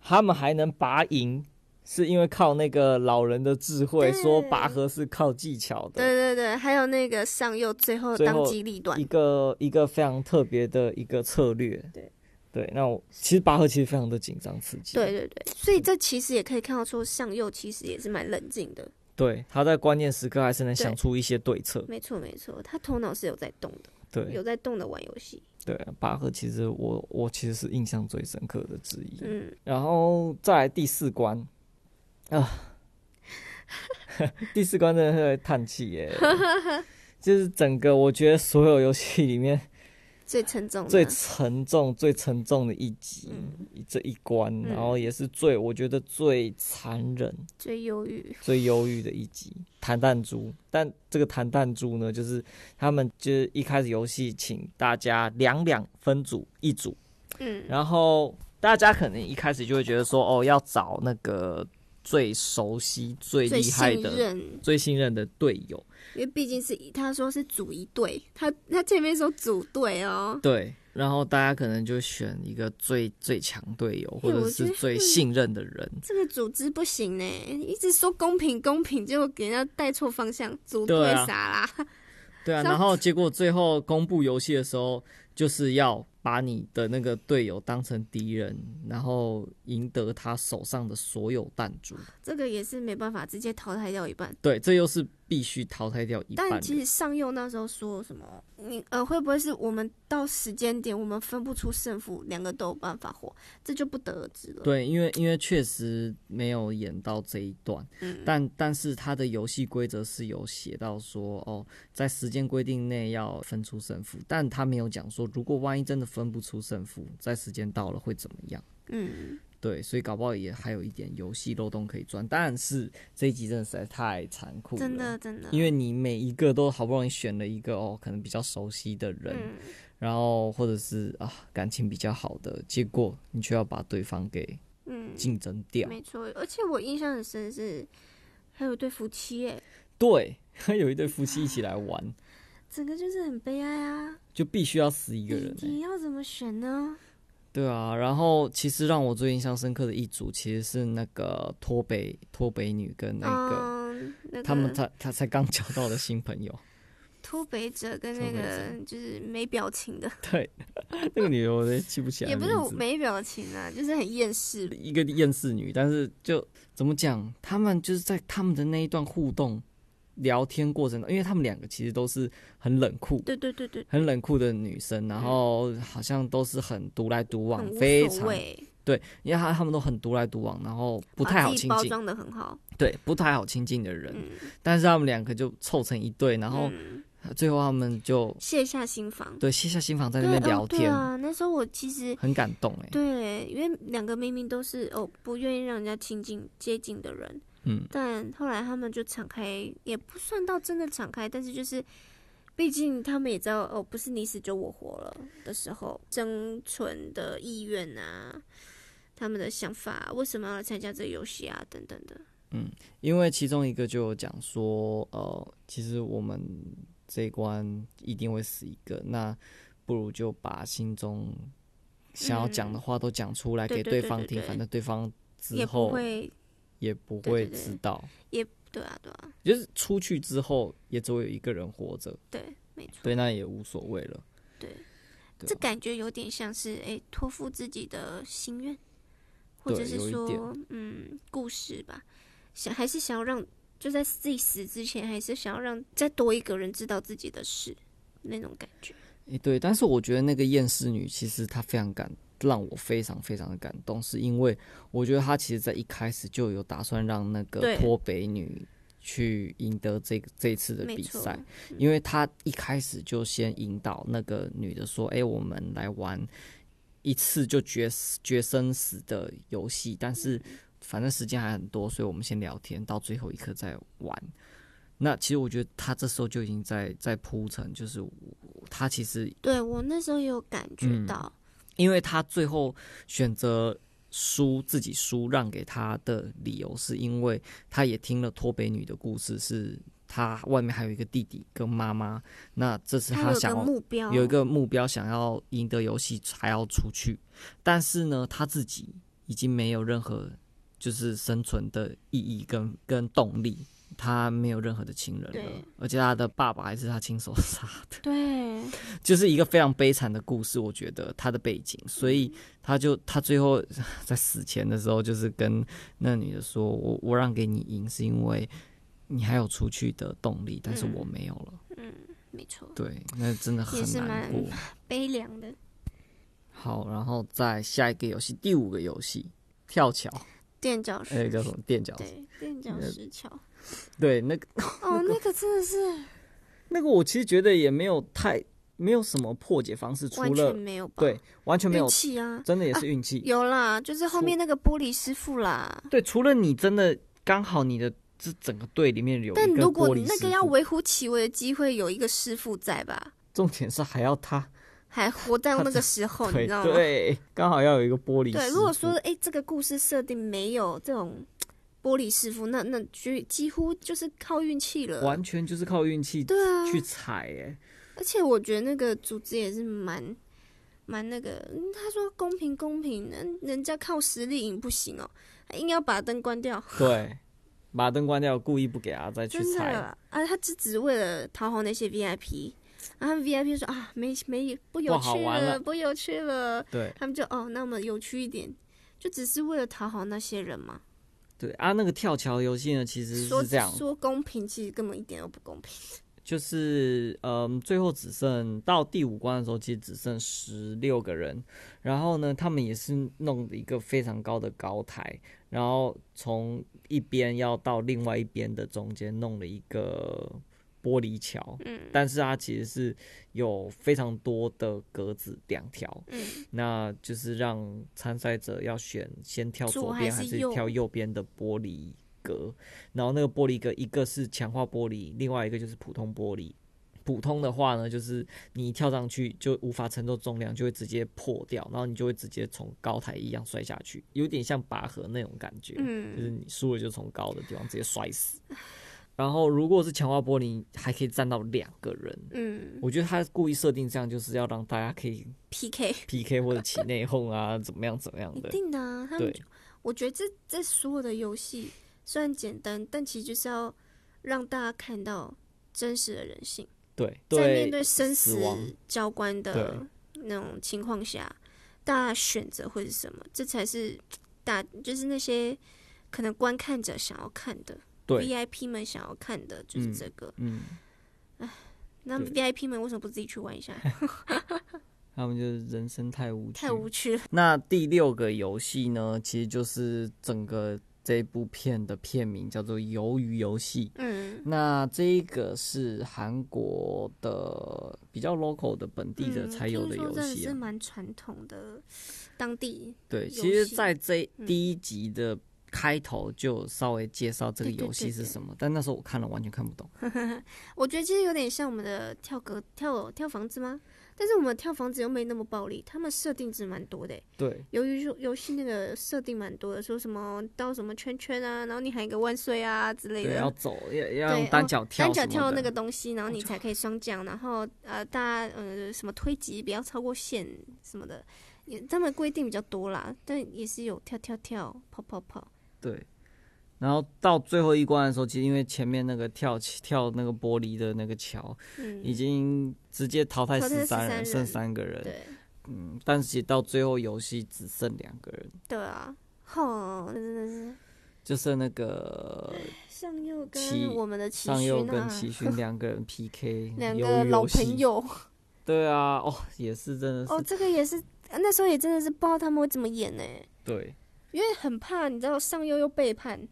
[SPEAKER 1] 他们还能拔营，是因为靠那个老人的智慧，
[SPEAKER 2] 对
[SPEAKER 1] 说拔河是靠技巧
[SPEAKER 2] 对
[SPEAKER 1] 的。
[SPEAKER 2] 对对，还有那个上右最后
[SPEAKER 1] 最后
[SPEAKER 2] 当机立断
[SPEAKER 1] 一，个一个非常特别的一个策略，
[SPEAKER 2] 对
[SPEAKER 1] 对，那我其实拔河其实非常的紧张刺激，
[SPEAKER 2] 对对对，所以这其实也可以看到说上右其实也是蛮冷静的。
[SPEAKER 1] 对，他在关键时刻还是能想出一些对策，
[SPEAKER 2] 没错没错，他头脑是有在动的，
[SPEAKER 1] 对
[SPEAKER 2] 有在动的玩游戏。
[SPEAKER 1] 对，拔河其实我我其实是印象最深刻的之一，
[SPEAKER 2] 嗯，
[SPEAKER 1] 然后再来第四关，啊， [laughs] 第四关真的会叹气耶，
[SPEAKER 2] [laughs]
[SPEAKER 1] 就是整个我觉得所有游戏里面
[SPEAKER 2] 最沉重的
[SPEAKER 1] 最沉重、最沉重的一集，这一关，
[SPEAKER 2] 嗯啊嗯
[SPEAKER 1] 然后也是最我觉得最残忍、
[SPEAKER 2] 最忧郁，
[SPEAKER 1] 最忧郁的一集。弹弹珠，但这个弹弹珠呢，就是他们就是一开始游戏请大家两两分组一组，
[SPEAKER 2] 嗯，
[SPEAKER 1] 然后大家可能一开始就会觉得说，哦，要找那个最熟悉、最
[SPEAKER 2] 最
[SPEAKER 1] 厉害
[SPEAKER 2] 信
[SPEAKER 1] 的、
[SPEAKER 2] 任，
[SPEAKER 1] 最信任的队友。
[SPEAKER 2] 因为毕竟是一他说是组一队，他他前面说组队哦，
[SPEAKER 1] 对，然后大家可能就选一个最最强队友，或
[SPEAKER 2] 哎
[SPEAKER 1] 者
[SPEAKER 2] 我觉
[SPEAKER 1] 是
[SPEAKER 2] 得
[SPEAKER 1] 最信任的人。
[SPEAKER 2] 这个组织不行呢、一直说公平公平，结果给人家带错方向，组队
[SPEAKER 1] 对啊
[SPEAKER 2] 啥啦？ [laughs]
[SPEAKER 1] 对啊，
[SPEAKER 2] 这样
[SPEAKER 1] 然后结果最后公布游戏的时候，就是要把你的那个队友当成敌人，然后赢得他手上的所有弹珠。
[SPEAKER 2] 这个也是没办法，直接淘汰掉一半。
[SPEAKER 1] 对，这又是必须淘汰掉一半
[SPEAKER 2] 但
[SPEAKER 1] 的。
[SPEAKER 2] 其实上佑那时候说什么，你呃会不会是我们到时间点我们分不出胜负，两个都有办法活，这就不得而知了。
[SPEAKER 1] 对，因为因为确实没有演到这一段，
[SPEAKER 2] 嗯
[SPEAKER 1] 但但是它的游戏规则是有写到说，哦，在时间规定内要分出胜负，但他没有讲说，如果万一真的分不出胜负，在时间到了会怎么样？
[SPEAKER 2] 嗯，
[SPEAKER 1] 对，所以搞不好也还有一点游戏漏洞可以钻，但是这一集真的实在太残酷了，
[SPEAKER 2] 真的真的，
[SPEAKER 1] 因为你每一个都好不容易选了一个哦，可能比较熟悉的人，
[SPEAKER 2] 嗯，
[SPEAKER 1] 然后或者是啊感情比较好的，结果你却要把对方给
[SPEAKER 2] 嗯，
[SPEAKER 1] 竞争掉。
[SPEAKER 2] 没错。而且我印象很深是，还有一对夫妻耶，
[SPEAKER 1] 对，他有一对夫妻一起来玩， [laughs]
[SPEAKER 2] 整个就是很悲哀啊。
[SPEAKER 1] 就必须要死一个
[SPEAKER 2] 你
[SPEAKER 1] 人、欸。
[SPEAKER 2] 你要怎么选呢？
[SPEAKER 1] 对啊，然后其实让我最印象深刻的一组其实是那个脱北脱北女跟那个、
[SPEAKER 2] 嗯，那个
[SPEAKER 1] 他们才他才刚交到的新朋友。 [laughs]
[SPEAKER 2] 脱北者跟
[SPEAKER 1] 脱
[SPEAKER 2] 那
[SPEAKER 1] 北
[SPEAKER 2] 个就是没表情的，
[SPEAKER 1] 对，那个女的我都记不起来
[SPEAKER 2] 也
[SPEAKER 1] 名
[SPEAKER 2] 不
[SPEAKER 1] 字，
[SPEAKER 2] 是没表情啊，就是很厌世。
[SPEAKER 1] 一个厌世女，但是就怎么讲，他们就是在他们的那一段互动聊天过程中，因为他们两个其实都是很冷酷。
[SPEAKER 2] 对对对对，
[SPEAKER 1] 很冷酷的女生，然后好像都是很独来独往
[SPEAKER 2] 很，
[SPEAKER 1] 非
[SPEAKER 2] 无所
[SPEAKER 1] 常
[SPEAKER 2] 谓。
[SPEAKER 1] 对，因为他他们都很独来独往，然后不
[SPEAKER 2] 把
[SPEAKER 1] 太好
[SPEAKER 2] 啊自己
[SPEAKER 1] 亲
[SPEAKER 2] 包
[SPEAKER 1] 近，
[SPEAKER 2] 装的很好，
[SPEAKER 1] 对，不太好亲近的人。
[SPEAKER 2] 嗯
[SPEAKER 1] 但是他们两个就凑成一对，然后
[SPEAKER 2] 嗯
[SPEAKER 1] 最后他们就
[SPEAKER 2] 卸下心防，
[SPEAKER 1] 对卸下心房在那
[SPEAKER 2] 对
[SPEAKER 1] 边
[SPEAKER 2] 哦
[SPEAKER 1] 聊
[SPEAKER 2] 对
[SPEAKER 1] 天，
[SPEAKER 2] 啊，那时候我其实
[SPEAKER 1] 很感动哎、
[SPEAKER 2] 对，因为两个明明都是哦不愿意让人家亲近接近的人，
[SPEAKER 1] 嗯，
[SPEAKER 2] 但后来他们就敞开，也不算到真的敞开，但是就是。毕竟他们也知道哦，不是你死就我活了的时候，生存的意愿啊，他们的想法啊，为什么要参加这个游戏啊，等等的。
[SPEAKER 1] 因为其中一个就有讲说，呃，其实我们这一关一定会死一个，那不如就把心中想要讲的话都讲出来给
[SPEAKER 2] 对对对
[SPEAKER 1] 方
[SPEAKER 2] 对
[SPEAKER 1] 听，
[SPEAKER 2] 对
[SPEAKER 1] 反正对方之
[SPEAKER 2] 也不
[SPEAKER 1] 后
[SPEAKER 2] 会，
[SPEAKER 1] 也不
[SPEAKER 2] 对
[SPEAKER 1] 会
[SPEAKER 2] 对对
[SPEAKER 1] 知道，
[SPEAKER 2] 对啊，对啊，
[SPEAKER 1] 就是出去之后也只会有一个人活着，
[SPEAKER 2] 对，没错。
[SPEAKER 1] 对，那也无所谓了。对
[SPEAKER 2] 这
[SPEAKER 1] 啊
[SPEAKER 2] 感觉有点像是哎托付自己的心愿，或者
[SPEAKER 1] 对有
[SPEAKER 2] 是
[SPEAKER 1] 一
[SPEAKER 2] 说
[SPEAKER 1] 点
[SPEAKER 2] 嗯故事吧，想还是想要让就在自己死之前，还是想要让再多一个人知道自己的事那种感觉。
[SPEAKER 1] 诶，对，但是我觉得那个厌世女其实她非常感，让我非常非常的感动，是因为我觉得她其实在一开始就有打算让那个
[SPEAKER 2] 对
[SPEAKER 1] 脱北女去赢得这个这一次的
[SPEAKER 2] 没
[SPEAKER 1] 比
[SPEAKER 2] 错
[SPEAKER 1] 赛，因为她一开始就先引导那个女的说：“诶，我们来玩一次就决死决生死的游戏，但是反正时间还很多，所以我们先聊天，到最后一刻再玩。”那其实我觉得她这时候就已经在在铺陈，就是我她其实
[SPEAKER 2] 对我那时候也有感觉
[SPEAKER 1] 嗯
[SPEAKER 2] 到，
[SPEAKER 1] 因为他最后选择输自己输让给他的理由，是因为他也听了脱北女的故事，是他外面还有一个弟弟跟妈妈，那这是
[SPEAKER 2] 他
[SPEAKER 1] 他
[SPEAKER 2] 有
[SPEAKER 1] 想
[SPEAKER 2] 个
[SPEAKER 1] 要
[SPEAKER 2] 目标，
[SPEAKER 1] 有一个目标，想要赢得游戏才要出去，但是呢，他自己已经没有任何就是生存的意义跟跟动力。他没有任何的亲人了
[SPEAKER 2] 对，
[SPEAKER 1] 而且他的爸爸还是他亲手 [laughs] 杀的。
[SPEAKER 2] 对，
[SPEAKER 1] 就是一个非常悲惨的故事，我觉得他的背景，所以
[SPEAKER 2] 嗯
[SPEAKER 1] 他就他最后 [laughs] 在死前的时候，就是跟那女的说：“我我让给你赢，是因为你还有出去的动力，但是我没有了。
[SPEAKER 2] 没错，
[SPEAKER 1] 对，那真的很
[SPEAKER 2] 嗯也是
[SPEAKER 1] 难
[SPEAKER 2] 蛮
[SPEAKER 1] 过。
[SPEAKER 2] 悲凉的。
[SPEAKER 1] 好，然后再下一个游戏，第五个游戏跳
[SPEAKER 2] [laughs]
[SPEAKER 1] 桥，
[SPEAKER 2] 垫脚石，
[SPEAKER 1] 哎、叫什么垫脚？
[SPEAKER 2] 对，垫脚
[SPEAKER 1] 呃
[SPEAKER 2] 石
[SPEAKER 1] [laughs]
[SPEAKER 2] 桥，
[SPEAKER 1] 对，那个
[SPEAKER 2] 哦，那个真的是
[SPEAKER 1] 那个我其实觉得也没有太没有什么破解方式，除
[SPEAKER 2] 完
[SPEAKER 1] 了
[SPEAKER 2] 全没有吧？
[SPEAKER 1] 对，完全没有
[SPEAKER 2] 运，气啊，
[SPEAKER 1] 真的也是运气、
[SPEAKER 2] 有啦，就是后
[SPEAKER 1] 出
[SPEAKER 2] 面那个玻璃师傅啦。
[SPEAKER 1] 对，除了你真的刚好你的这整个队里面有一
[SPEAKER 2] 但
[SPEAKER 1] 个
[SPEAKER 2] 如
[SPEAKER 1] 玻
[SPEAKER 2] 果
[SPEAKER 1] 璃
[SPEAKER 2] 你那
[SPEAKER 1] 师
[SPEAKER 2] 个要
[SPEAKER 1] 傅
[SPEAKER 2] 微乎其微的机会，有一个师傅在吧，
[SPEAKER 1] 重点是还要他
[SPEAKER 2] 还活到
[SPEAKER 1] 他 [laughs]
[SPEAKER 2] 那个时候，哦你
[SPEAKER 1] 对
[SPEAKER 2] 知道吗？
[SPEAKER 1] 对，刚好要有一个玻璃
[SPEAKER 2] 对
[SPEAKER 1] 师
[SPEAKER 2] 如果
[SPEAKER 1] 傅
[SPEAKER 2] 说哎、诶这个故事设定没有这种玻璃师傅，那那就几乎就是靠运气了。
[SPEAKER 1] 完全就是靠运气
[SPEAKER 2] 对啊，
[SPEAKER 1] 去踩哎、
[SPEAKER 2] 而且我觉得那个组织也是蛮蛮那个，嗯他说公平公平，那人家靠实力赢不行哦，他硬要把灯关掉， [laughs]
[SPEAKER 1] 对，把灯关掉，故意不给他再去
[SPEAKER 2] 真的
[SPEAKER 1] 猜。
[SPEAKER 2] 啊，他只只为了讨好那些 VIP，然后 VIP 说啊，没没不有
[SPEAKER 1] 不好
[SPEAKER 2] 趣
[SPEAKER 1] 玩了
[SPEAKER 2] 不有趣了，
[SPEAKER 1] 对
[SPEAKER 2] 他们就哦，那么有趣一点，就只是为了讨好那些人嘛。
[SPEAKER 1] 对啊，那个跳桥游戏呢，其实
[SPEAKER 2] 说
[SPEAKER 1] 是这样，
[SPEAKER 2] 说公平，其实根本一点都不公平。
[SPEAKER 1] 就是嗯，最后只剩到第五关的时候，其实只剩十六个人。然后呢，他们也是弄了一个非常高的高台，然后从一边要到另外一边的中间弄了一个玻璃桥。
[SPEAKER 2] 嗯
[SPEAKER 1] 但是它其实是有非常多的格子两条，
[SPEAKER 2] 嗯，
[SPEAKER 1] 那就是让参赛者要选先跳
[SPEAKER 2] 左
[SPEAKER 1] 左
[SPEAKER 2] 还
[SPEAKER 1] 边
[SPEAKER 2] 是
[SPEAKER 1] 还是
[SPEAKER 2] 右
[SPEAKER 1] 跳右边的玻璃格，然后那个玻璃格一个是强化玻璃，另外一个就是普通玻璃。普通的话呢，就是你一跳上去就无法承受重量，就会直接破掉，然后你就会直接从高台一样摔下去，有点像拔河那种感觉。
[SPEAKER 2] 嗯
[SPEAKER 1] 就是你输了就从高的地方直接摔死。然后如果是强化玻璃，还可以站到两个人。
[SPEAKER 2] 嗯
[SPEAKER 1] 我觉得他故意设定这样，就是要让大家可以
[SPEAKER 2] ，PK
[SPEAKER 1] PK 或者起内讧啊，怎么样怎么样
[SPEAKER 2] 一
[SPEAKER 1] 的。
[SPEAKER 2] 定的、啊，他
[SPEAKER 1] 对
[SPEAKER 2] 们就我觉得这这所有的游戏虽然简单，但其实就是要让大家看到真实的人性，
[SPEAKER 1] 对
[SPEAKER 2] 在面
[SPEAKER 1] 对
[SPEAKER 2] 对生
[SPEAKER 1] 死
[SPEAKER 2] 死
[SPEAKER 1] 亡
[SPEAKER 2] 交关的那种情况下，大家选择会是什么？这才是大就是那些可能观看者想要看的
[SPEAKER 1] 对，
[SPEAKER 2] ，VIP 们想要看的就是
[SPEAKER 1] 嗯
[SPEAKER 2] 这个。
[SPEAKER 1] 嗯，
[SPEAKER 2] 那
[SPEAKER 1] 对
[SPEAKER 2] VIP 们为什么不自己
[SPEAKER 1] [laughs]
[SPEAKER 2] 去玩一下？
[SPEAKER 1] 他们就是人生太无趣
[SPEAKER 2] 太。无
[SPEAKER 1] [laughs]
[SPEAKER 2] 趣了。
[SPEAKER 1] 那第六个游戏呢，其实就是整个这部片的片名叫做《鱿鱼游戏》。
[SPEAKER 2] 嗯
[SPEAKER 1] 那这一个是韩国的比较 local 的本地的
[SPEAKER 2] 嗯
[SPEAKER 1] 才有
[SPEAKER 2] 听
[SPEAKER 1] 的
[SPEAKER 2] 说
[SPEAKER 1] 游
[SPEAKER 2] 真的
[SPEAKER 1] 戏、
[SPEAKER 2] 是
[SPEAKER 1] 啊
[SPEAKER 2] 蛮传统的当地
[SPEAKER 1] 对，
[SPEAKER 2] 游
[SPEAKER 1] 其实
[SPEAKER 2] 戏
[SPEAKER 1] 在这
[SPEAKER 2] 嗯
[SPEAKER 1] 第一集的开头就稍微介绍这个
[SPEAKER 2] 对对
[SPEAKER 1] 游戏
[SPEAKER 2] 对
[SPEAKER 1] 是
[SPEAKER 2] 对
[SPEAKER 1] 什么，但那时候我看了完全看不懂。
[SPEAKER 2] 我觉得其实有点像我们的跳格跳跳房子吗？但是我们跳房子又没那么暴力，他们设定值蛮多的欸。
[SPEAKER 1] 对，
[SPEAKER 2] 由于游游戏那个设定蛮多的，说什么到什么圈圈啊，然后你喊一个万岁啊之类
[SPEAKER 1] 对，
[SPEAKER 2] 的
[SPEAKER 1] 要，走要要用
[SPEAKER 2] 对
[SPEAKER 1] 单
[SPEAKER 2] 哦
[SPEAKER 1] 脚跳
[SPEAKER 2] 单
[SPEAKER 1] 什么的，
[SPEAKER 2] 脚跳那个东西，然后你才可以双桨，然后呃，大家呃什么推挤不要超过线什么的，也他们规定比较多啦，但也是有跳跳跳、跑跑跑，
[SPEAKER 1] 对。然后到最后一关的时候，其实因为前面那个跳起跳那个玻璃的那个桥已
[SPEAKER 2] 嗯，
[SPEAKER 1] 经直接淘汰
[SPEAKER 2] 淘汰
[SPEAKER 1] 十三
[SPEAKER 2] 13
[SPEAKER 1] 人，剩
[SPEAKER 2] 人
[SPEAKER 1] 三个人。
[SPEAKER 2] 对
[SPEAKER 1] 嗯，但是到最后游戏只剩两个人，
[SPEAKER 2] 对啊，吼，真的是
[SPEAKER 1] 就剩那个
[SPEAKER 2] 上右
[SPEAKER 1] 齐
[SPEAKER 2] 跟我们的齐
[SPEAKER 1] 上右
[SPEAKER 2] 勋
[SPEAKER 1] 跟
[SPEAKER 2] 啊，
[SPEAKER 1] 齐勋
[SPEAKER 2] [laughs]
[SPEAKER 1] 两个人 PK，
[SPEAKER 2] 两
[SPEAKER 1] 鱿
[SPEAKER 2] 个
[SPEAKER 1] 鱼
[SPEAKER 2] 老
[SPEAKER 1] 游戏
[SPEAKER 2] 朋。
[SPEAKER 1] [laughs]
[SPEAKER 2] 友
[SPEAKER 1] 对啊，哦，也是真的是、
[SPEAKER 2] 哦，这个也是那时候也真的是不知道他们会怎么演呢，
[SPEAKER 1] 对
[SPEAKER 2] 因为很怕你知道上右又背叛，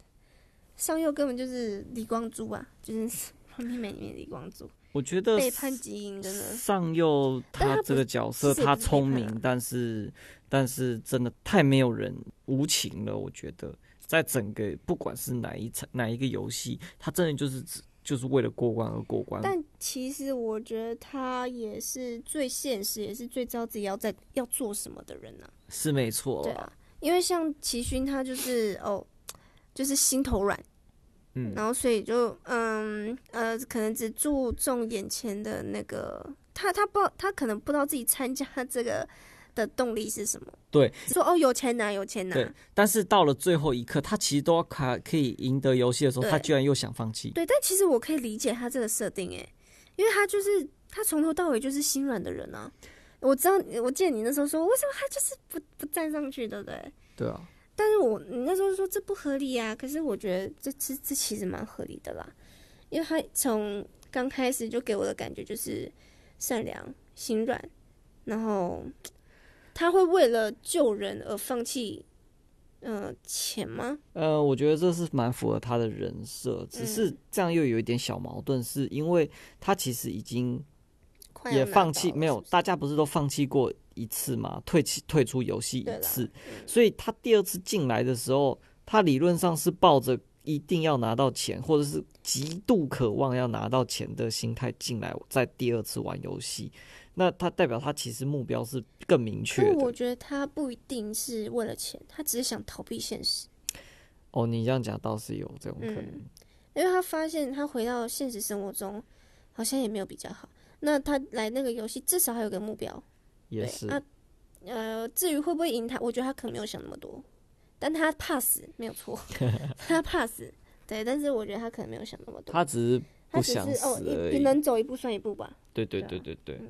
[SPEAKER 2] 上右根本就是李光洙啊，就是 [laughs] 《黄帝美》里面的李光洙
[SPEAKER 1] 我觉得
[SPEAKER 2] 背叛基因，真的
[SPEAKER 1] 上右
[SPEAKER 2] 但
[SPEAKER 1] 他
[SPEAKER 2] 他
[SPEAKER 1] 这
[SPEAKER 2] 不
[SPEAKER 1] 个角色，
[SPEAKER 2] 其实也
[SPEAKER 1] 他
[SPEAKER 2] 不是背
[SPEAKER 1] 聪
[SPEAKER 2] 叛
[SPEAKER 1] 明
[SPEAKER 2] 啊，
[SPEAKER 1] 但是但是真的太没有人无情了。我觉得在整个不管是哪一场哪一个游戏，他真的就是只就是为了过关而过关。
[SPEAKER 2] 但其实我觉得他也是最现实，也是最知道自己要在要做什么的人呢、啊
[SPEAKER 1] 是没错
[SPEAKER 2] 对
[SPEAKER 1] 啦，
[SPEAKER 2] 啊，因为像齐勋他就是哦，就是心头软，
[SPEAKER 1] 嗯，
[SPEAKER 2] 然后所以就嗯呃，可能只注重眼前的那个，他他不知道他可能不知道自己参加 [laughs] 这个的动力是什么，
[SPEAKER 1] 对，
[SPEAKER 2] 说哦有钱拿有钱拿，
[SPEAKER 1] 对但是到了最后一刻，他其实都要卡可以赢得游戏的时候，
[SPEAKER 2] 对
[SPEAKER 1] 他居然又想放弃。
[SPEAKER 2] 对但其实我可以理解他这个设定诶，因为他就是他从头到尾就是心软的人啊，我知道我记得你那时候说为什么他就是不不站上去，对不对？
[SPEAKER 1] 对啊，
[SPEAKER 2] 但是我你那时候说这不合理啊，可是我觉得这这这其实蛮合理的啦，因为他从刚开始就给我的感觉就是善良、心软，然后他会为了救人而放弃，呃，钱吗？
[SPEAKER 1] 呃，我觉得这是蛮符合他的人设，只是
[SPEAKER 2] 嗯
[SPEAKER 1] 这样又有一点小矛盾，是因为他其实已经
[SPEAKER 2] 快要
[SPEAKER 1] 也
[SPEAKER 2] 拿
[SPEAKER 1] 放
[SPEAKER 2] 到
[SPEAKER 1] 弃，
[SPEAKER 2] 了
[SPEAKER 1] 没有
[SPEAKER 2] 是，不是
[SPEAKER 1] 大家不是都放弃过一次吗？退弃退出游戏
[SPEAKER 2] 对
[SPEAKER 1] 一
[SPEAKER 2] 啦嗯
[SPEAKER 1] 次，所以他第二次进来的时候，他理论上是抱着一定要拿到钱，或者是极度渴望要拿到钱的心态进来，在第二次玩游戏，那他代表他其实目标是更明确
[SPEAKER 2] 可是我
[SPEAKER 1] 的。
[SPEAKER 2] 觉得他不一定是为了钱，他只是想逃避现实，
[SPEAKER 1] 哦，你这样讲倒是有这种可能，
[SPEAKER 2] 嗯因为他发现他回到现实生活中好像也没有比较好，那他来那个游戏至少还有个目标，
[SPEAKER 1] 也
[SPEAKER 2] 对啊
[SPEAKER 1] 是。
[SPEAKER 2] 那呃，至于会不会赢他，我觉得他可能没有想那么多，但他怕死没有
[SPEAKER 1] [laughs]
[SPEAKER 2] 错，他怕死，对，但是我觉得他可能没有想那么多，
[SPEAKER 1] 他只是
[SPEAKER 2] 他
[SPEAKER 1] 不
[SPEAKER 2] 只
[SPEAKER 1] 想
[SPEAKER 2] 是哦，
[SPEAKER 1] 死而已。
[SPEAKER 2] 一能走一步算一步吧，
[SPEAKER 1] 对对
[SPEAKER 2] 对
[SPEAKER 1] 对
[SPEAKER 2] 啊
[SPEAKER 1] 对对。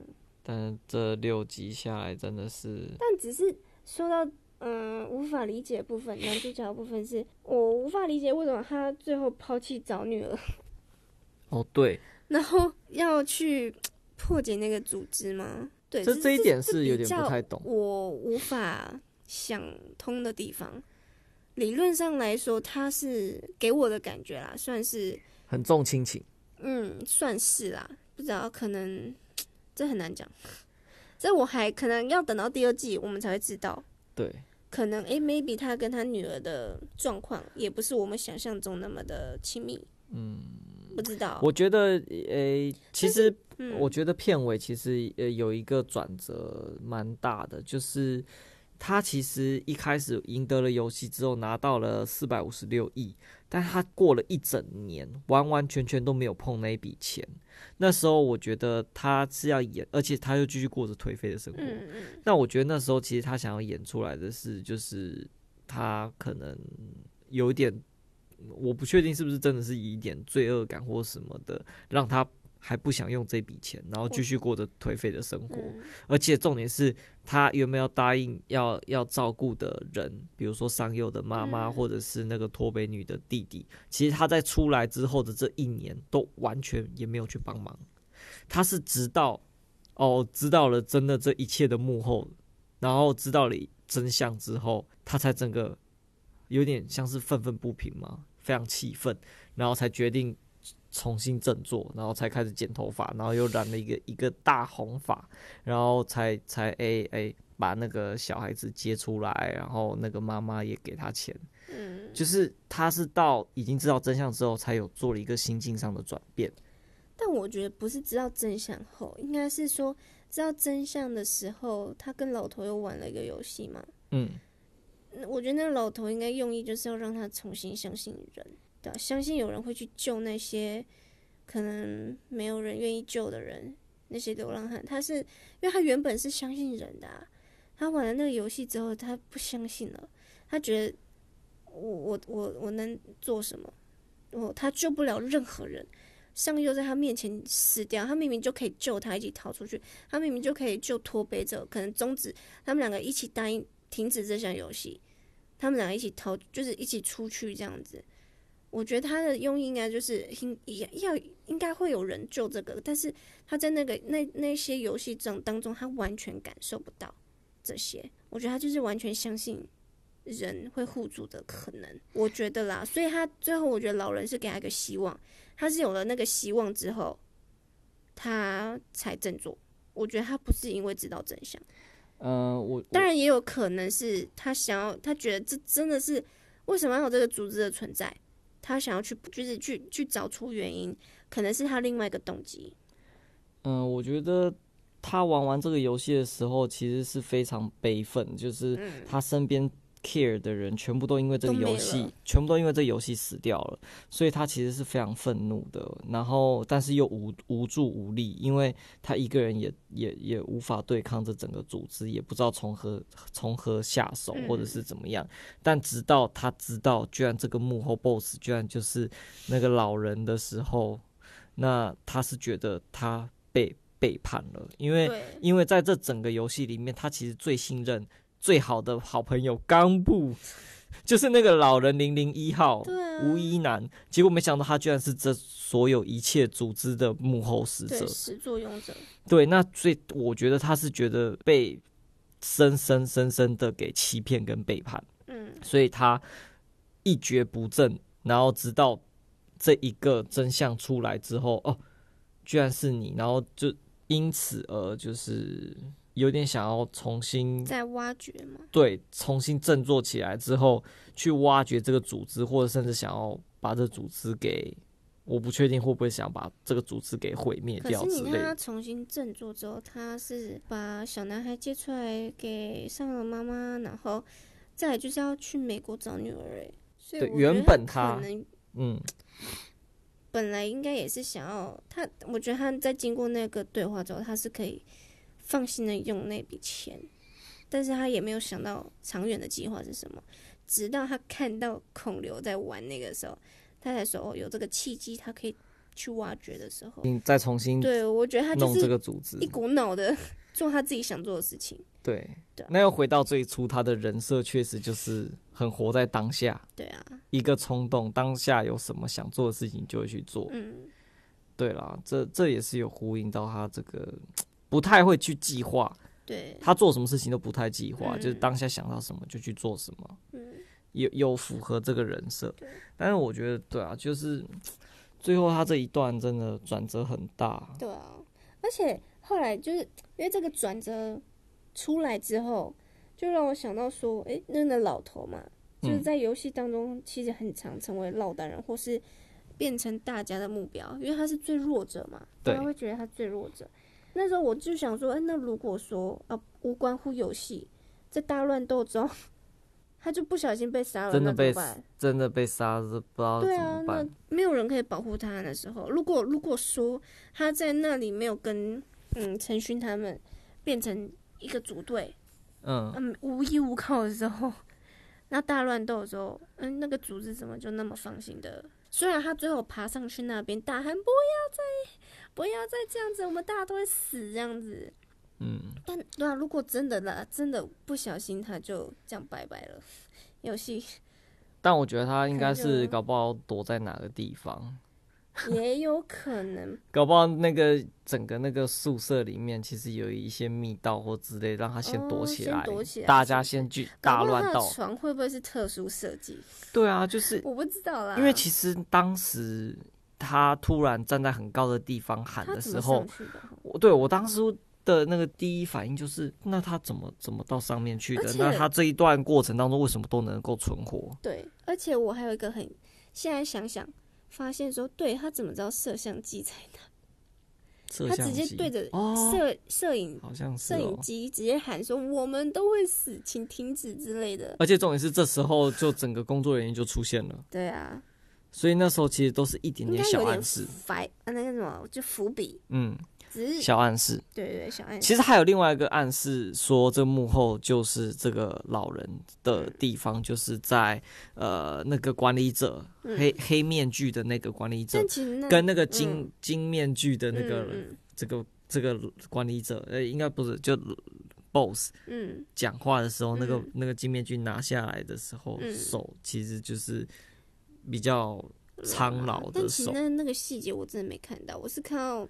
[SPEAKER 1] 但这六集下来真的是，
[SPEAKER 2] 但只是说到嗯无法理解的部分，男主角的部分是我无法理解为什么他最后抛弃找女儿， [laughs]
[SPEAKER 1] 哦对，
[SPEAKER 2] 然后要去破解那个组织吗？对，
[SPEAKER 1] 这
[SPEAKER 2] 是
[SPEAKER 1] 这一点是
[SPEAKER 2] 比
[SPEAKER 1] 有点不
[SPEAKER 2] 较
[SPEAKER 1] 太懂。
[SPEAKER 2] 我无法想通的地方。理论上来说，他是给我的感觉啦，算是
[SPEAKER 1] 很重亲情，
[SPEAKER 2] 嗯，算是啦，不知道可能这很难讲，这我还可能要等到第二季我们才会知道。
[SPEAKER 1] 对，
[SPEAKER 2] 可能诶 m a y b e 他跟他女儿的状况也不是我们想象中那么的亲密，嗯，不知道。
[SPEAKER 1] 我觉得诶、其实
[SPEAKER 2] 嗯
[SPEAKER 1] 我觉得片尾其实呃有一个转折蛮大的，就是他其实一开始赢得了游戏之后拿到了四百五十六亿，但他过了一整年完完全全都没有碰那一笔钱。那时候我觉得他是要演，而且他又继续过着颓废的生活。
[SPEAKER 2] 嗯嗯，
[SPEAKER 1] 那我觉得那时候其实他想要演出来的是，就是他可能有一点，我不确定是不是真的是以一点罪恶感或什么的，让他还不想用这笔钱，然后继续过着颓废的生活。
[SPEAKER 2] 嗯
[SPEAKER 1] 而且重点是他有没有答应要要照顾的人，比如说商佑的妈妈，
[SPEAKER 2] 嗯
[SPEAKER 1] 或者是那个脱北女的弟弟。其实他在出来之后的这一年，都完全也没有去帮忙。他是直到哦知道了真的这一切的幕后，然后知道了真相之后，他才整个有点像是愤愤不平嘛，非常气愤，然后才决定。重新振作，然后才开始剪头发，然后又染了一个一个大红发，然后才才哎哎把那个小孩子接出来，然后那个妈妈也给他钱，
[SPEAKER 2] 嗯，
[SPEAKER 1] 就是他是到已经知道真相之后，才有做了一个心境上的转变。
[SPEAKER 2] 但我觉得不是知道真相后，应该是说知道真相的时候，他跟老头又玩了一个游戏嘛。
[SPEAKER 1] 嗯，
[SPEAKER 2] 那我觉得那个老头应该用意就是要让他重新相信人，对、啊，相信有人会去救那些可能没有人愿意救的人，那些流浪汉。他是因为他原本是相信人的、啊，他玩了那个游戏之后，他不相信了，他觉得我我我我能做什么？我他救不了任何人。上佑在他面前死掉，他明明就可以救他一起逃出去，他明明就可以救脱北者，可能终止他们两个一起答应停止这项游戏，他们两个一起逃，就是一起出去这样子。我觉得他的用意应该就是应也要应该会有人救这个，但是他在那个那那些游戏中当中，他完全感受不到这些。我觉得他就是完全相信人会互助的可能，我觉得啦。所以他最后，我觉得老人是给他一个希望，他是有了那个希望之后，他才振作。我觉得他不是因为知道真相。
[SPEAKER 1] 呃，我
[SPEAKER 2] 当然也有可能是他想要，他觉得这真的是为什么要有这个组织的存在，他想要去就是去去找出原因，可能是他另外一个动机。
[SPEAKER 1] 嗯、我觉得他玩完这个游戏的时候，其实是非常悲愤，就是他身边 care 的人全部都因为这个
[SPEAKER 2] 嗯都没
[SPEAKER 1] 游
[SPEAKER 2] 了
[SPEAKER 1] 戏，全部都因为这个游戏死掉了，所以他其实是非常愤怒的，然后但是又无无助无力，因为他一个人也也也无法对抗这整个组织，也不知道从何从何下手
[SPEAKER 2] 嗯，
[SPEAKER 1] 或者是怎么样。但直到他知道，居然这个幕后 BOSS 居然就是那个老人的时候，那他是觉得他被背叛了，因为
[SPEAKER 2] 对，
[SPEAKER 1] 因为在这整个游戏里面，他其实最信任、最好的好朋友冈布，就是那个老人零零一号
[SPEAKER 2] 对啊
[SPEAKER 1] 吴一男。结果没想到他居然是这所有一切组织的幕后使者
[SPEAKER 2] 对，。始作俑者。
[SPEAKER 1] 对，那所以我觉得他是觉得被深深深深的给欺骗跟背叛。
[SPEAKER 2] 嗯，
[SPEAKER 1] 所以他一蹶不振，然后直到这一个真相出来之后，哦，居然是你，然后就因此而就是有点想要重新
[SPEAKER 2] 在挖掘嘛。
[SPEAKER 1] 对重新振作起来之后，去挖掘这个组织，或者甚至想要把这组织给。我不确定会不会想把这个组织给毁灭
[SPEAKER 2] 可
[SPEAKER 1] 掉
[SPEAKER 2] 是
[SPEAKER 1] 之
[SPEAKER 2] 你
[SPEAKER 1] 类
[SPEAKER 2] 看他
[SPEAKER 1] 的，
[SPEAKER 2] 重新振作之后，他是把小男孩接出来给上了妈妈，然后再来就是要去美国找女儿、欸。所以
[SPEAKER 1] 对
[SPEAKER 2] 我觉得
[SPEAKER 1] 原本
[SPEAKER 2] 他
[SPEAKER 1] 他
[SPEAKER 2] 可能
[SPEAKER 1] 嗯，
[SPEAKER 2] 本来应该也是想要他，我觉得他在经过那个对话之后，他是可以放心的用那笔钱，但是他也没有想到长远的计划是什么，直到他看到孔刘在玩那个时候，他才说哦，有这个契机，他可以去挖掘的时候。
[SPEAKER 1] 你再重新
[SPEAKER 2] 对，我觉得他就
[SPEAKER 1] 弄这
[SPEAKER 2] 是
[SPEAKER 1] 个组织
[SPEAKER 2] 一，股脑的做他自己想做的事情。
[SPEAKER 1] 对
[SPEAKER 2] 对啊，
[SPEAKER 1] 那又回到最初，他的人设确实就是很活在当下，
[SPEAKER 2] 对啊，
[SPEAKER 1] 一个冲动，当下有什么想做的事情就会去做。
[SPEAKER 2] 嗯，
[SPEAKER 1] 对啦，这这也是有呼应到他这个不太会去计划，
[SPEAKER 2] 对，
[SPEAKER 1] 他做什么事情都不太计划，
[SPEAKER 2] 嗯
[SPEAKER 1] 就是当下想到什么就去做什么，
[SPEAKER 2] 嗯
[SPEAKER 1] 有有符合这个人设
[SPEAKER 2] 对。
[SPEAKER 1] 但是我觉得，对啊，就是最后他这一段真的转折很大，
[SPEAKER 2] 对啊。而且后来就是因为这个转折出来之后，就让我想到说，诶，那个老头嘛，就是
[SPEAKER 1] 嗯
[SPEAKER 2] 在游戏当中其实很常成为落单人，或是变成大家的目标，因为他是最弱者嘛，大
[SPEAKER 1] 对
[SPEAKER 2] 家会觉得他最弱者。那时候我就想说，哎、那如果说啊，无关乎游戏，在大乱斗中， [laughs] 他就不小心被杀了，
[SPEAKER 1] 真
[SPEAKER 2] 那
[SPEAKER 1] 的
[SPEAKER 2] 怎么
[SPEAKER 1] 被
[SPEAKER 2] 办？
[SPEAKER 1] 真的被杀是不知道怎
[SPEAKER 2] 对啊
[SPEAKER 1] 么，
[SPEAKER 2] 那
[SPEAKER 1] 办。
[SPEAKER 2] 没有人可以保护他的时候，如果如果说他在那里没有跟嗯陈勋他们变成一个组队，
[SPEAKER 1] 嗯，
[SPEAKER 2] 嗯无依无靠的时候， [laughs] 那大乱斗的时候，嗯那个组织怎么就那么放心的？虽然他最后爬上去那边大喊不要再不要再这样子，我们大家都会死这样子。
[SPEAKER 1] 嗯，
[SPEAKER 2] 但对啊，如果真的啦，真的不小心他就这样拜拜了，游戏
[SPEAKER 1] 但我觉得他应该
[SPEAKER 2] 可能
[SPEAKER 1] 是
[SPEAKER 2] 就
[SPEAKER 1] 搞不好躲在哪个地方，
[SPEAKER 2] 也有可能
[SPEAKER 1] 搞不好那个整个那个宿舍里面其实有一些密道或之类，让他先躲
[SPEAKER 2] 哦
[SPEAKER 1] 起
[SPEAKER 2] 先
[SPEAKER 1] 来，
[SPEAKER 2] 躲起来
[SPEAKER 1] 大
[SPEAKER 2] 是
[SPEAKER 1] 家
[SPEAKER 2] 不是
[SPEAKER 1] 先去
[SPEAKER 2] 搞
[SPEAKER 1] 大
[SPEAKER 2] 不好
[SPEAKER 1] 乱
[SPEAKER 2] 他的
[SPEAKER 1] 斗。
[SPEAKER 2] 床会不会是特殊设计？
[SPEAKER 1] 对啊，就是
[SPEAKER 2] 我不知道啦，
[SPEAKER 1] 因为其实当时他突然站在很高的地方喊
[SPEAKER 2] 他
[SPEAKER 1] 的
[SPEAKER 2] 怎
[SPEAKER 1] 时
[SPEAKER 2] 么
[SPEAKER 1] 候
[SPEAKER 2] 上，去的哈？
[SPEAKER 1] 我对我当初的那个第一反应就是，那他怎么怎么到上面去
[SPEAKER 2] 而
[SPEAKER 1] 的？
[SPEAKER 2] 且
[SPEAKER 1] 那他这一段过程当中为什么都能够存活？
[SPEAKER 2] 对，而且我还有一个很，现在想想发现说，对他怎么知道摄像机在
[SPEAKER 1] 摄
[SPEAKER 2] 哪？他
[SPEAKER 1] 像
[SPEAKER 2] 直
[SPEAKER 1] 机
[SPEAKER 2] 接对着
[SPEAKER 1] 哦，
[SPEAKER 2] 摄摄影
[SPEAKER 1] 好像是
[SPEAKER 2] 摄影
[SPEAKER 1] 哦。
[SPEAKER 2] 机直接喊说：“我们都会死，请停止”之类的。
[SPEAKER 1] 而且重点是，这时候就整个工作人员就出现了，
[SPEAKER 2] 对啊，
[SPEAKER 1] 所以那时候其实都是一点
[SPEAKER 2] 应该
[SPEAKER 1] 点
[SPEAKER 2] 有
[SPEAKER 1] 小
[SPEAKER 2] 点
[SPEAKER 1] 暗示，
[SPEAKER 2] 白啊，那个什么，就伏笔，
[SPEAKER 1] 嗯，
[SPEAKER 2] 只是
[SPEAKER 1] 小暗示。
[SPEAKER 2] 对对对小暗示。
[SPEAKER 1] 其实还有另外一个暗示，说这幕后就是这个老人的地方，就是在呃那个管理者、黑黑面具的那个管理者
[SPEAKER 2] 嗯但，其实那
[SPEAKER 1] 跟那个金、
[SPEAKER 2] 嗯
[SPEAKER 1] 金面具的那个、
[SPEAKER 2] 嗯
[SPEAKER 1] 这个这个管理者，呃，应该不是就 boss
[SPEAKER 2] 嗯
[SPEAKER 1] 讲话的时候，那个
[SPEAKER 2] 嗯
[SPEAKER 1] 那个金面具拿下来的时候，
[SPEAKER 2] 嗯
[SPEAKER 1] 手其实就是比较
[SPEAKER 2] 嗯
[SPEAKER 1] 苍老
[SPEAKER 2] 但
[SPEAKER 1] 的
[SPEAKER 2] 其实
[SPEAKER 1] 手，
[SPEAKER 2] 那那个细节我真的没看到，我是看到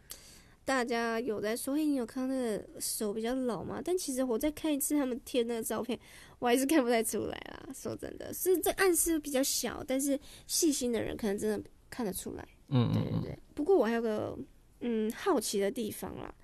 [SPEAKER 2] 大家有在说，嘿，你有看到那个手比较老吗？但其实我再看一次他们贴那个照片，我还是看不太出来啦。说真的，是这暗示比较小，但是细心的人可能真的看得出来。
[SPEAKER 1] 嗯
[SPEAKER 2] 对
[SPEAKER 1] 嗯
[SPEAKER 2] 对
[SPEAKER 1] 嗯，
[SPEAKER 2] 对。不过我还有个嗯好奇的地方啦，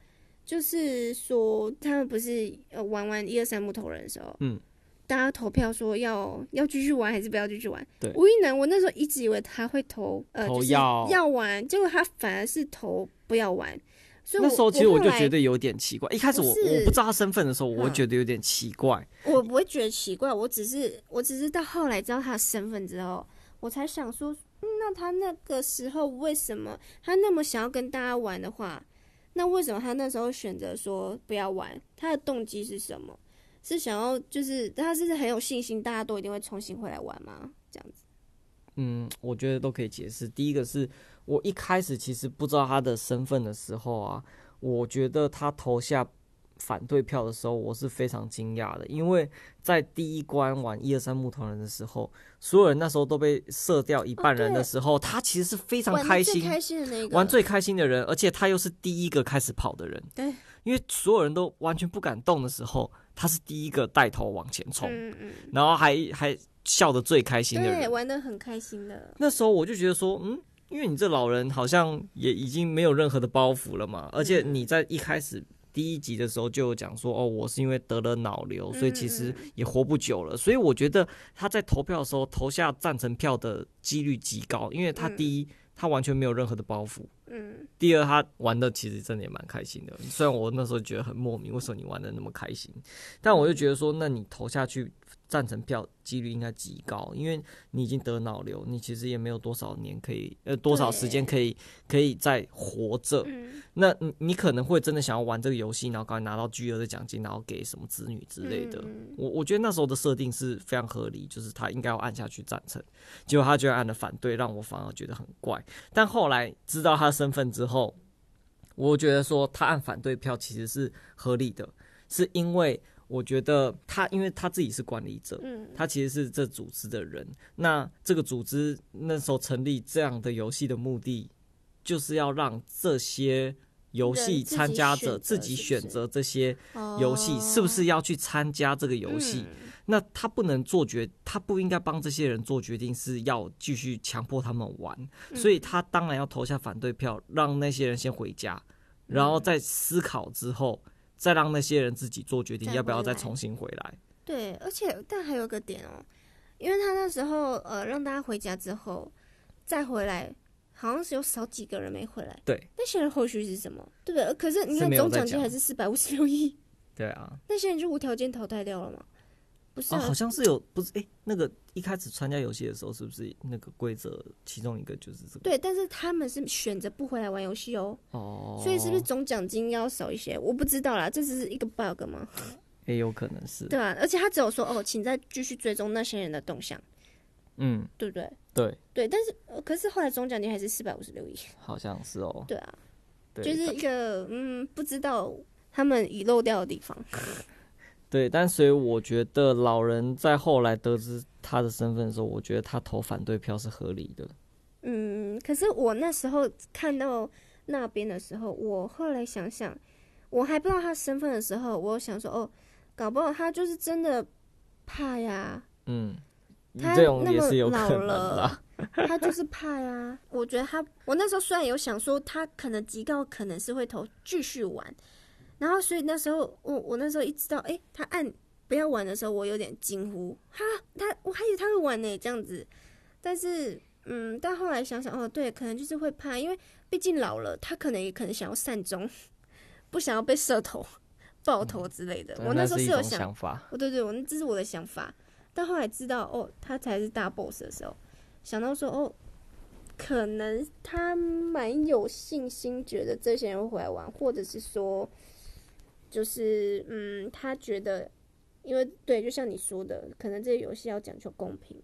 [SPEAKER 2] 就是说他们不是呃玩完一二三木头人的时候，
[SPEAKER 1] 嗯，
[SPEAKER 2] 大家投票说要要继续玩还是不要继续玩。
[SPEAKER 1] 对
[SPEAKER 2] 吴一男我那时候一直以为他会投呃
[SPEAKER 1] 投
[SPEAKER 2] 就是
[SPEAKER 1] 要
[SPEAKER 2] 要玩，结果他反而是投不要玩。所以我
[SPEAKER 1] 那时候其实我就
[SPEAKER 2] 后来
[SPEAKER 1] 觉得有点奇怪，一开始我
[SPEAKER 2] 不是
[SPEAKER 1] 我不知道他身份的时候，我会
[SPEAKER 2] 嗯
[SPEAKER 1] 觉得有点奇怪。
[SPEAKER 2] 我不会觉得奇怪，我只是我只是到后来知道他的身份之后，我才想说，嗯那他那个时候为什么他那么想要跟大家玩的话，那为什么他那时候选择说不要玩？他的动机是什么？是想要就是他是很有信心，大家都一定会重新回来玩吗？这样子，
[SPEAKER 1] 嗯，我觉得都可以解释。第一个是我一开始其实不知道他的身份的时候啊，我觉得他投下反对票的时候，我是非常惊讶的，因为在第一关玩一二三木头人的时候，所有人那时候都被射掉一半人的时候，他其实是非常
[SPEAKER 2] 哦玩
[SPEAKER 1] 开
[SPEAKER 2] 得最
[SPEAKER 1] 心。
[SPEAKER 2] 开心的那个，
[SPEAKER 1] 玩最开心的人，而且他又是第一个开始跑的人。
[SPEAKER 2] 对，
[SPEAKER 1] 因为所有人都完全不敢动的时候，他是第一个带头往前冲，
[SPEAKER 2] 嗯嗯，
[SPEAKER 1] 然后还还笑得最开心的人
[SPEAKER 2] 对，。玩的很开心的，
[SPEAKER 1] 那时候我就觉得说，嗯，因为你这老人好像也已经没有任何的包袱了嘛，而
[SPEAKER 2] 嗯
[SPEAKER 1] 且你在一开始第一集的时候就有讲说，哦，我是因为得了脑瘤，所以其
[SPEAKER 2] 嗯
[SPEAKER 1] 实也活不久了，所以我觉得他在投票的时候投下赞成票的几率极高，因为他
[SPEAKER 2] 嗯
[SPEAKER 1] 第一，他完全没有任何的包袱，
[SPEAKER 2] 嗯，
[SPEAKER 1] 第二，他玩的其实真的也蛮开心的，虽然我那时候觉得很莫名，为什么你玩的那么开心？但我就觉得说，那你投下去赞成票几率应该极高，因为你已经得脑瘤，你其实也没有多少年可以，呃，多少时间可以可以再活着。
[SPEAKER 2] 嗯
[SPEAKER 1] 那你你可能会真的想要玩这个游戏，然后刚才拿到巨额的奖金，然后给什么子女之类的。
[SPEAKER 2] 嗯
[SPEAKER 1] 我我觉得那时候的设定是非常合理，就是他应该要按下去赞成，结果他居然按了反对，让我反而觉得很怪。但后来知道他的身份之后，我觉得说他按反对票其实是合理的，是因为我觉得他因为他自己是管理者，
[SPEAKER 2] 嗯
[SPEAKER 1] 他其实是这组织的人。那这个组织那时候成立这样的游戏的目的，就是要让这些游戏参加者
[SPEAKER 2] 人自
[SPEAKER 1] 自
[SPEAKER 2] 己
[SPEAKER 1] 己
[SPEAKER 2] 选
[SPEAKER 1] 选择
[SPEAKER 2] 择
[SPEAKER 1] 这些
[SPEAKER 2] 嗯
[SPEAKER 1] 游戏是不是要去参加这个游戏。那他不能做决，他不应该帮这些人做决定，是要继续强迫他们玩。
[SPEAKER 2] 嗯
[SPEAKER 1] 所以他当然要投下反对票，让那些人先回家，
[SPEAKER 2] 嗯
[SPEAKER 1] 然后再思考之后。再让那些人自己做决定，
[SPEAKER 2] 再
[SPEAKER 1] 要不要
[SPEAKER 2] 回来
[SPEAKER 1] 再重新回来？
[SPEAKER 2] 对，而且但还有一个点哦，因为他那时候呃让大家回家之后再回来，好像是有少几个人没回来。
[SPEAKER 1] 对，
[SPEAKER 2] 那些人后续是什么？对不对？可是你
[SPEAKER 1] 是
[SPEAKER 2] 看
[SPEAKER 1] 没有
[SPEAKER 2] 总
[SPEAKER 1] 在
[SPEAKER 2] 奖金
[SPEAKER 1] 讲
[SPEAKER 2] 还是四百五十六亿， [laughs]
[SPEAKER 1] 对啊，
[SPEAKER 2] 那些人就无条件淘汰掉了嘛？不是、啊
[SPEAKER 1] 哦，好像是有，不是？哎、那个一开始参加游戏的时候，是不是那个规则其中一个就是这个？
[SPEAKER 2] 对，但是他们是选择不回来玩游戏哦，
[SPEAKER 1] 哦，
[SPEAKER 2] 所以是不是总奖金要少一些？我不知道啦，这只是一个 bug 吗？
[SPEAKER 1] 也、有可能是？
[SPEAKER 2] 对啊，而且他只有说哦，请再继续追踪那些人的动向，
[SPEAKER 1] 嗯，
[SPEAKER 2] 对不对？
[SPEAKER 1] 对，
[SPEAKER 2] 对，但是、呃可是后来总奖金还是四百五十六亿，
[SPEAKER 1] 好像是哦。
[SPEAKER 2] 对啊，
[SPEAKER 1] 对，
[SPEAKER 2] 就是一个嗯，不知道他们遗漏掉的地方。
[SPEAKER 1] 对，但所以我觉得老人在后来得知他的身份的时候，我觉得他投反对票是合理的。
[SPEAKER 2] 嗯，可是我那时候看到那边的时候，我后来想想，我还不知道他身份的时候，我想说哦，搞不好他就是真的怕呀，
[SPEAKER 1] 嗯，
[SPEAKER 2] 他
[SPEAKER 1] 这种
[SPEAKER 2] 那
[SPEAKER 1] 也
[SPEAKER 2] 么
[SPEAKER 1] 是有
[SPEAKER 2] 老
[SPEAKER 1] 可能
[SPEAKER 2] 了
[SPEAKER 1] 啦。
[SPEAKER 2] 他就是怕呀。我觉得他，我那时候虽然有想说他可能极高可能是会投继续玩，然后所以那时候我我那时候一知道，诶，他按不要玩的时候，我有点惊呼，哈，他我还以为他会玩呢，这样子。但是，嗯，但后来想想，哦，对，可能就是会怕，因为毕竟老了，他可能也可能想要善终， [laughs] 不想要被射头、 [laughs] 爆头之类的。
[SPEAKER 1] 嗯对
[SPEAKER 2] 我
[SPEAKER 1] 那
[SPEAKER 2] 时候
[SPEAKER 1] 是一
[SPEAKER 2] 有
[SPEAKER 1] 种
[SPEAKER 2] 想
[SPEAKER 1] 想法。
[SPEAKER 2] 哦，对对，我那这是我的想法。但后来知道哦，他才是大 boss 的时候，想到说哦，可能他蛮有信心，觉得这些人会回来玩，或者是说，就是嗯，他觉得，因为对，就像你说的，可能这个游戏要讲求公平，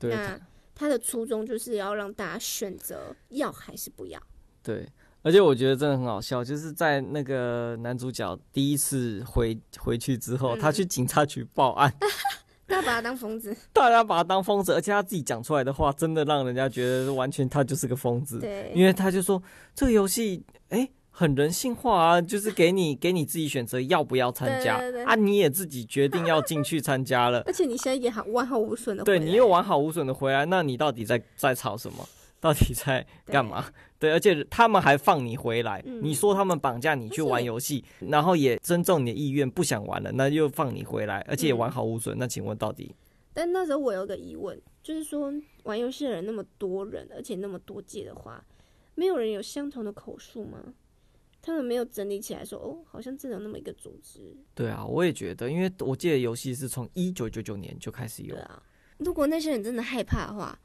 [SPEAKER 1] 对，
[SPEAKER 2] 那他的初衷就是要让大家选择要还是不要。
[SPEAKER 1] 对，而且我觉得真的很好笑，就是在那个男主角第一次回回去之后，
[SPEAKER 2] 嗯
[SPEAKER 1] 他去警察局报案， [laughs]
[SPEAKER 2] 大家把他当疯子，
[SPEAKER 1] 大家把他当疯子，而且他自己讲出来的话，真的让人家觉得完全他就是个疯子，
[SPEAKER 2] 对，
[SPEAKER 1] 因为他就说这个游戏，哎、很人性化啊，就是给你给你自己选择要不要参加
[SPEAKER 2] 对对对
[SPEAKER 1] 啊，你也自己决定要进去参加
[SPEAKER 2] [laughs]
[SPEAKER 1] 了，
[SPEAKER 2] 而且你现在也好完好无损的，
[SPEAKER 1] 对你又完好无损的回来，那你到底在在吵什
[SPEAKER 2] [laughs]
[SPEAKER 1] 么？到底在干嘛？对，而且他们还放你回来，
[SPEAKER 2] 嗯
[SPEAKER 1] 你说他们绑架你去玩游戏，然后也尊重你的意愿，不想玩了，那又放你回
[SPEAKER 2] 嗯
[SPEAKER 1] 来，而且也完好无损。那请问到底？
[SPEAKER 2] 但那时候我有个疑问，就是说玩游戏的人那么多人，而且那么多届的话，没有人有相同的口述吗？他们没有整理起来说，哦，好像真的有那么一个组织，
[SPEAKER 1] 对啊，我也觉得，因为我记得游戏是从一九九九年就开始有
[SPEAKER 2] 对，啊。如果那些人真的害怕的话，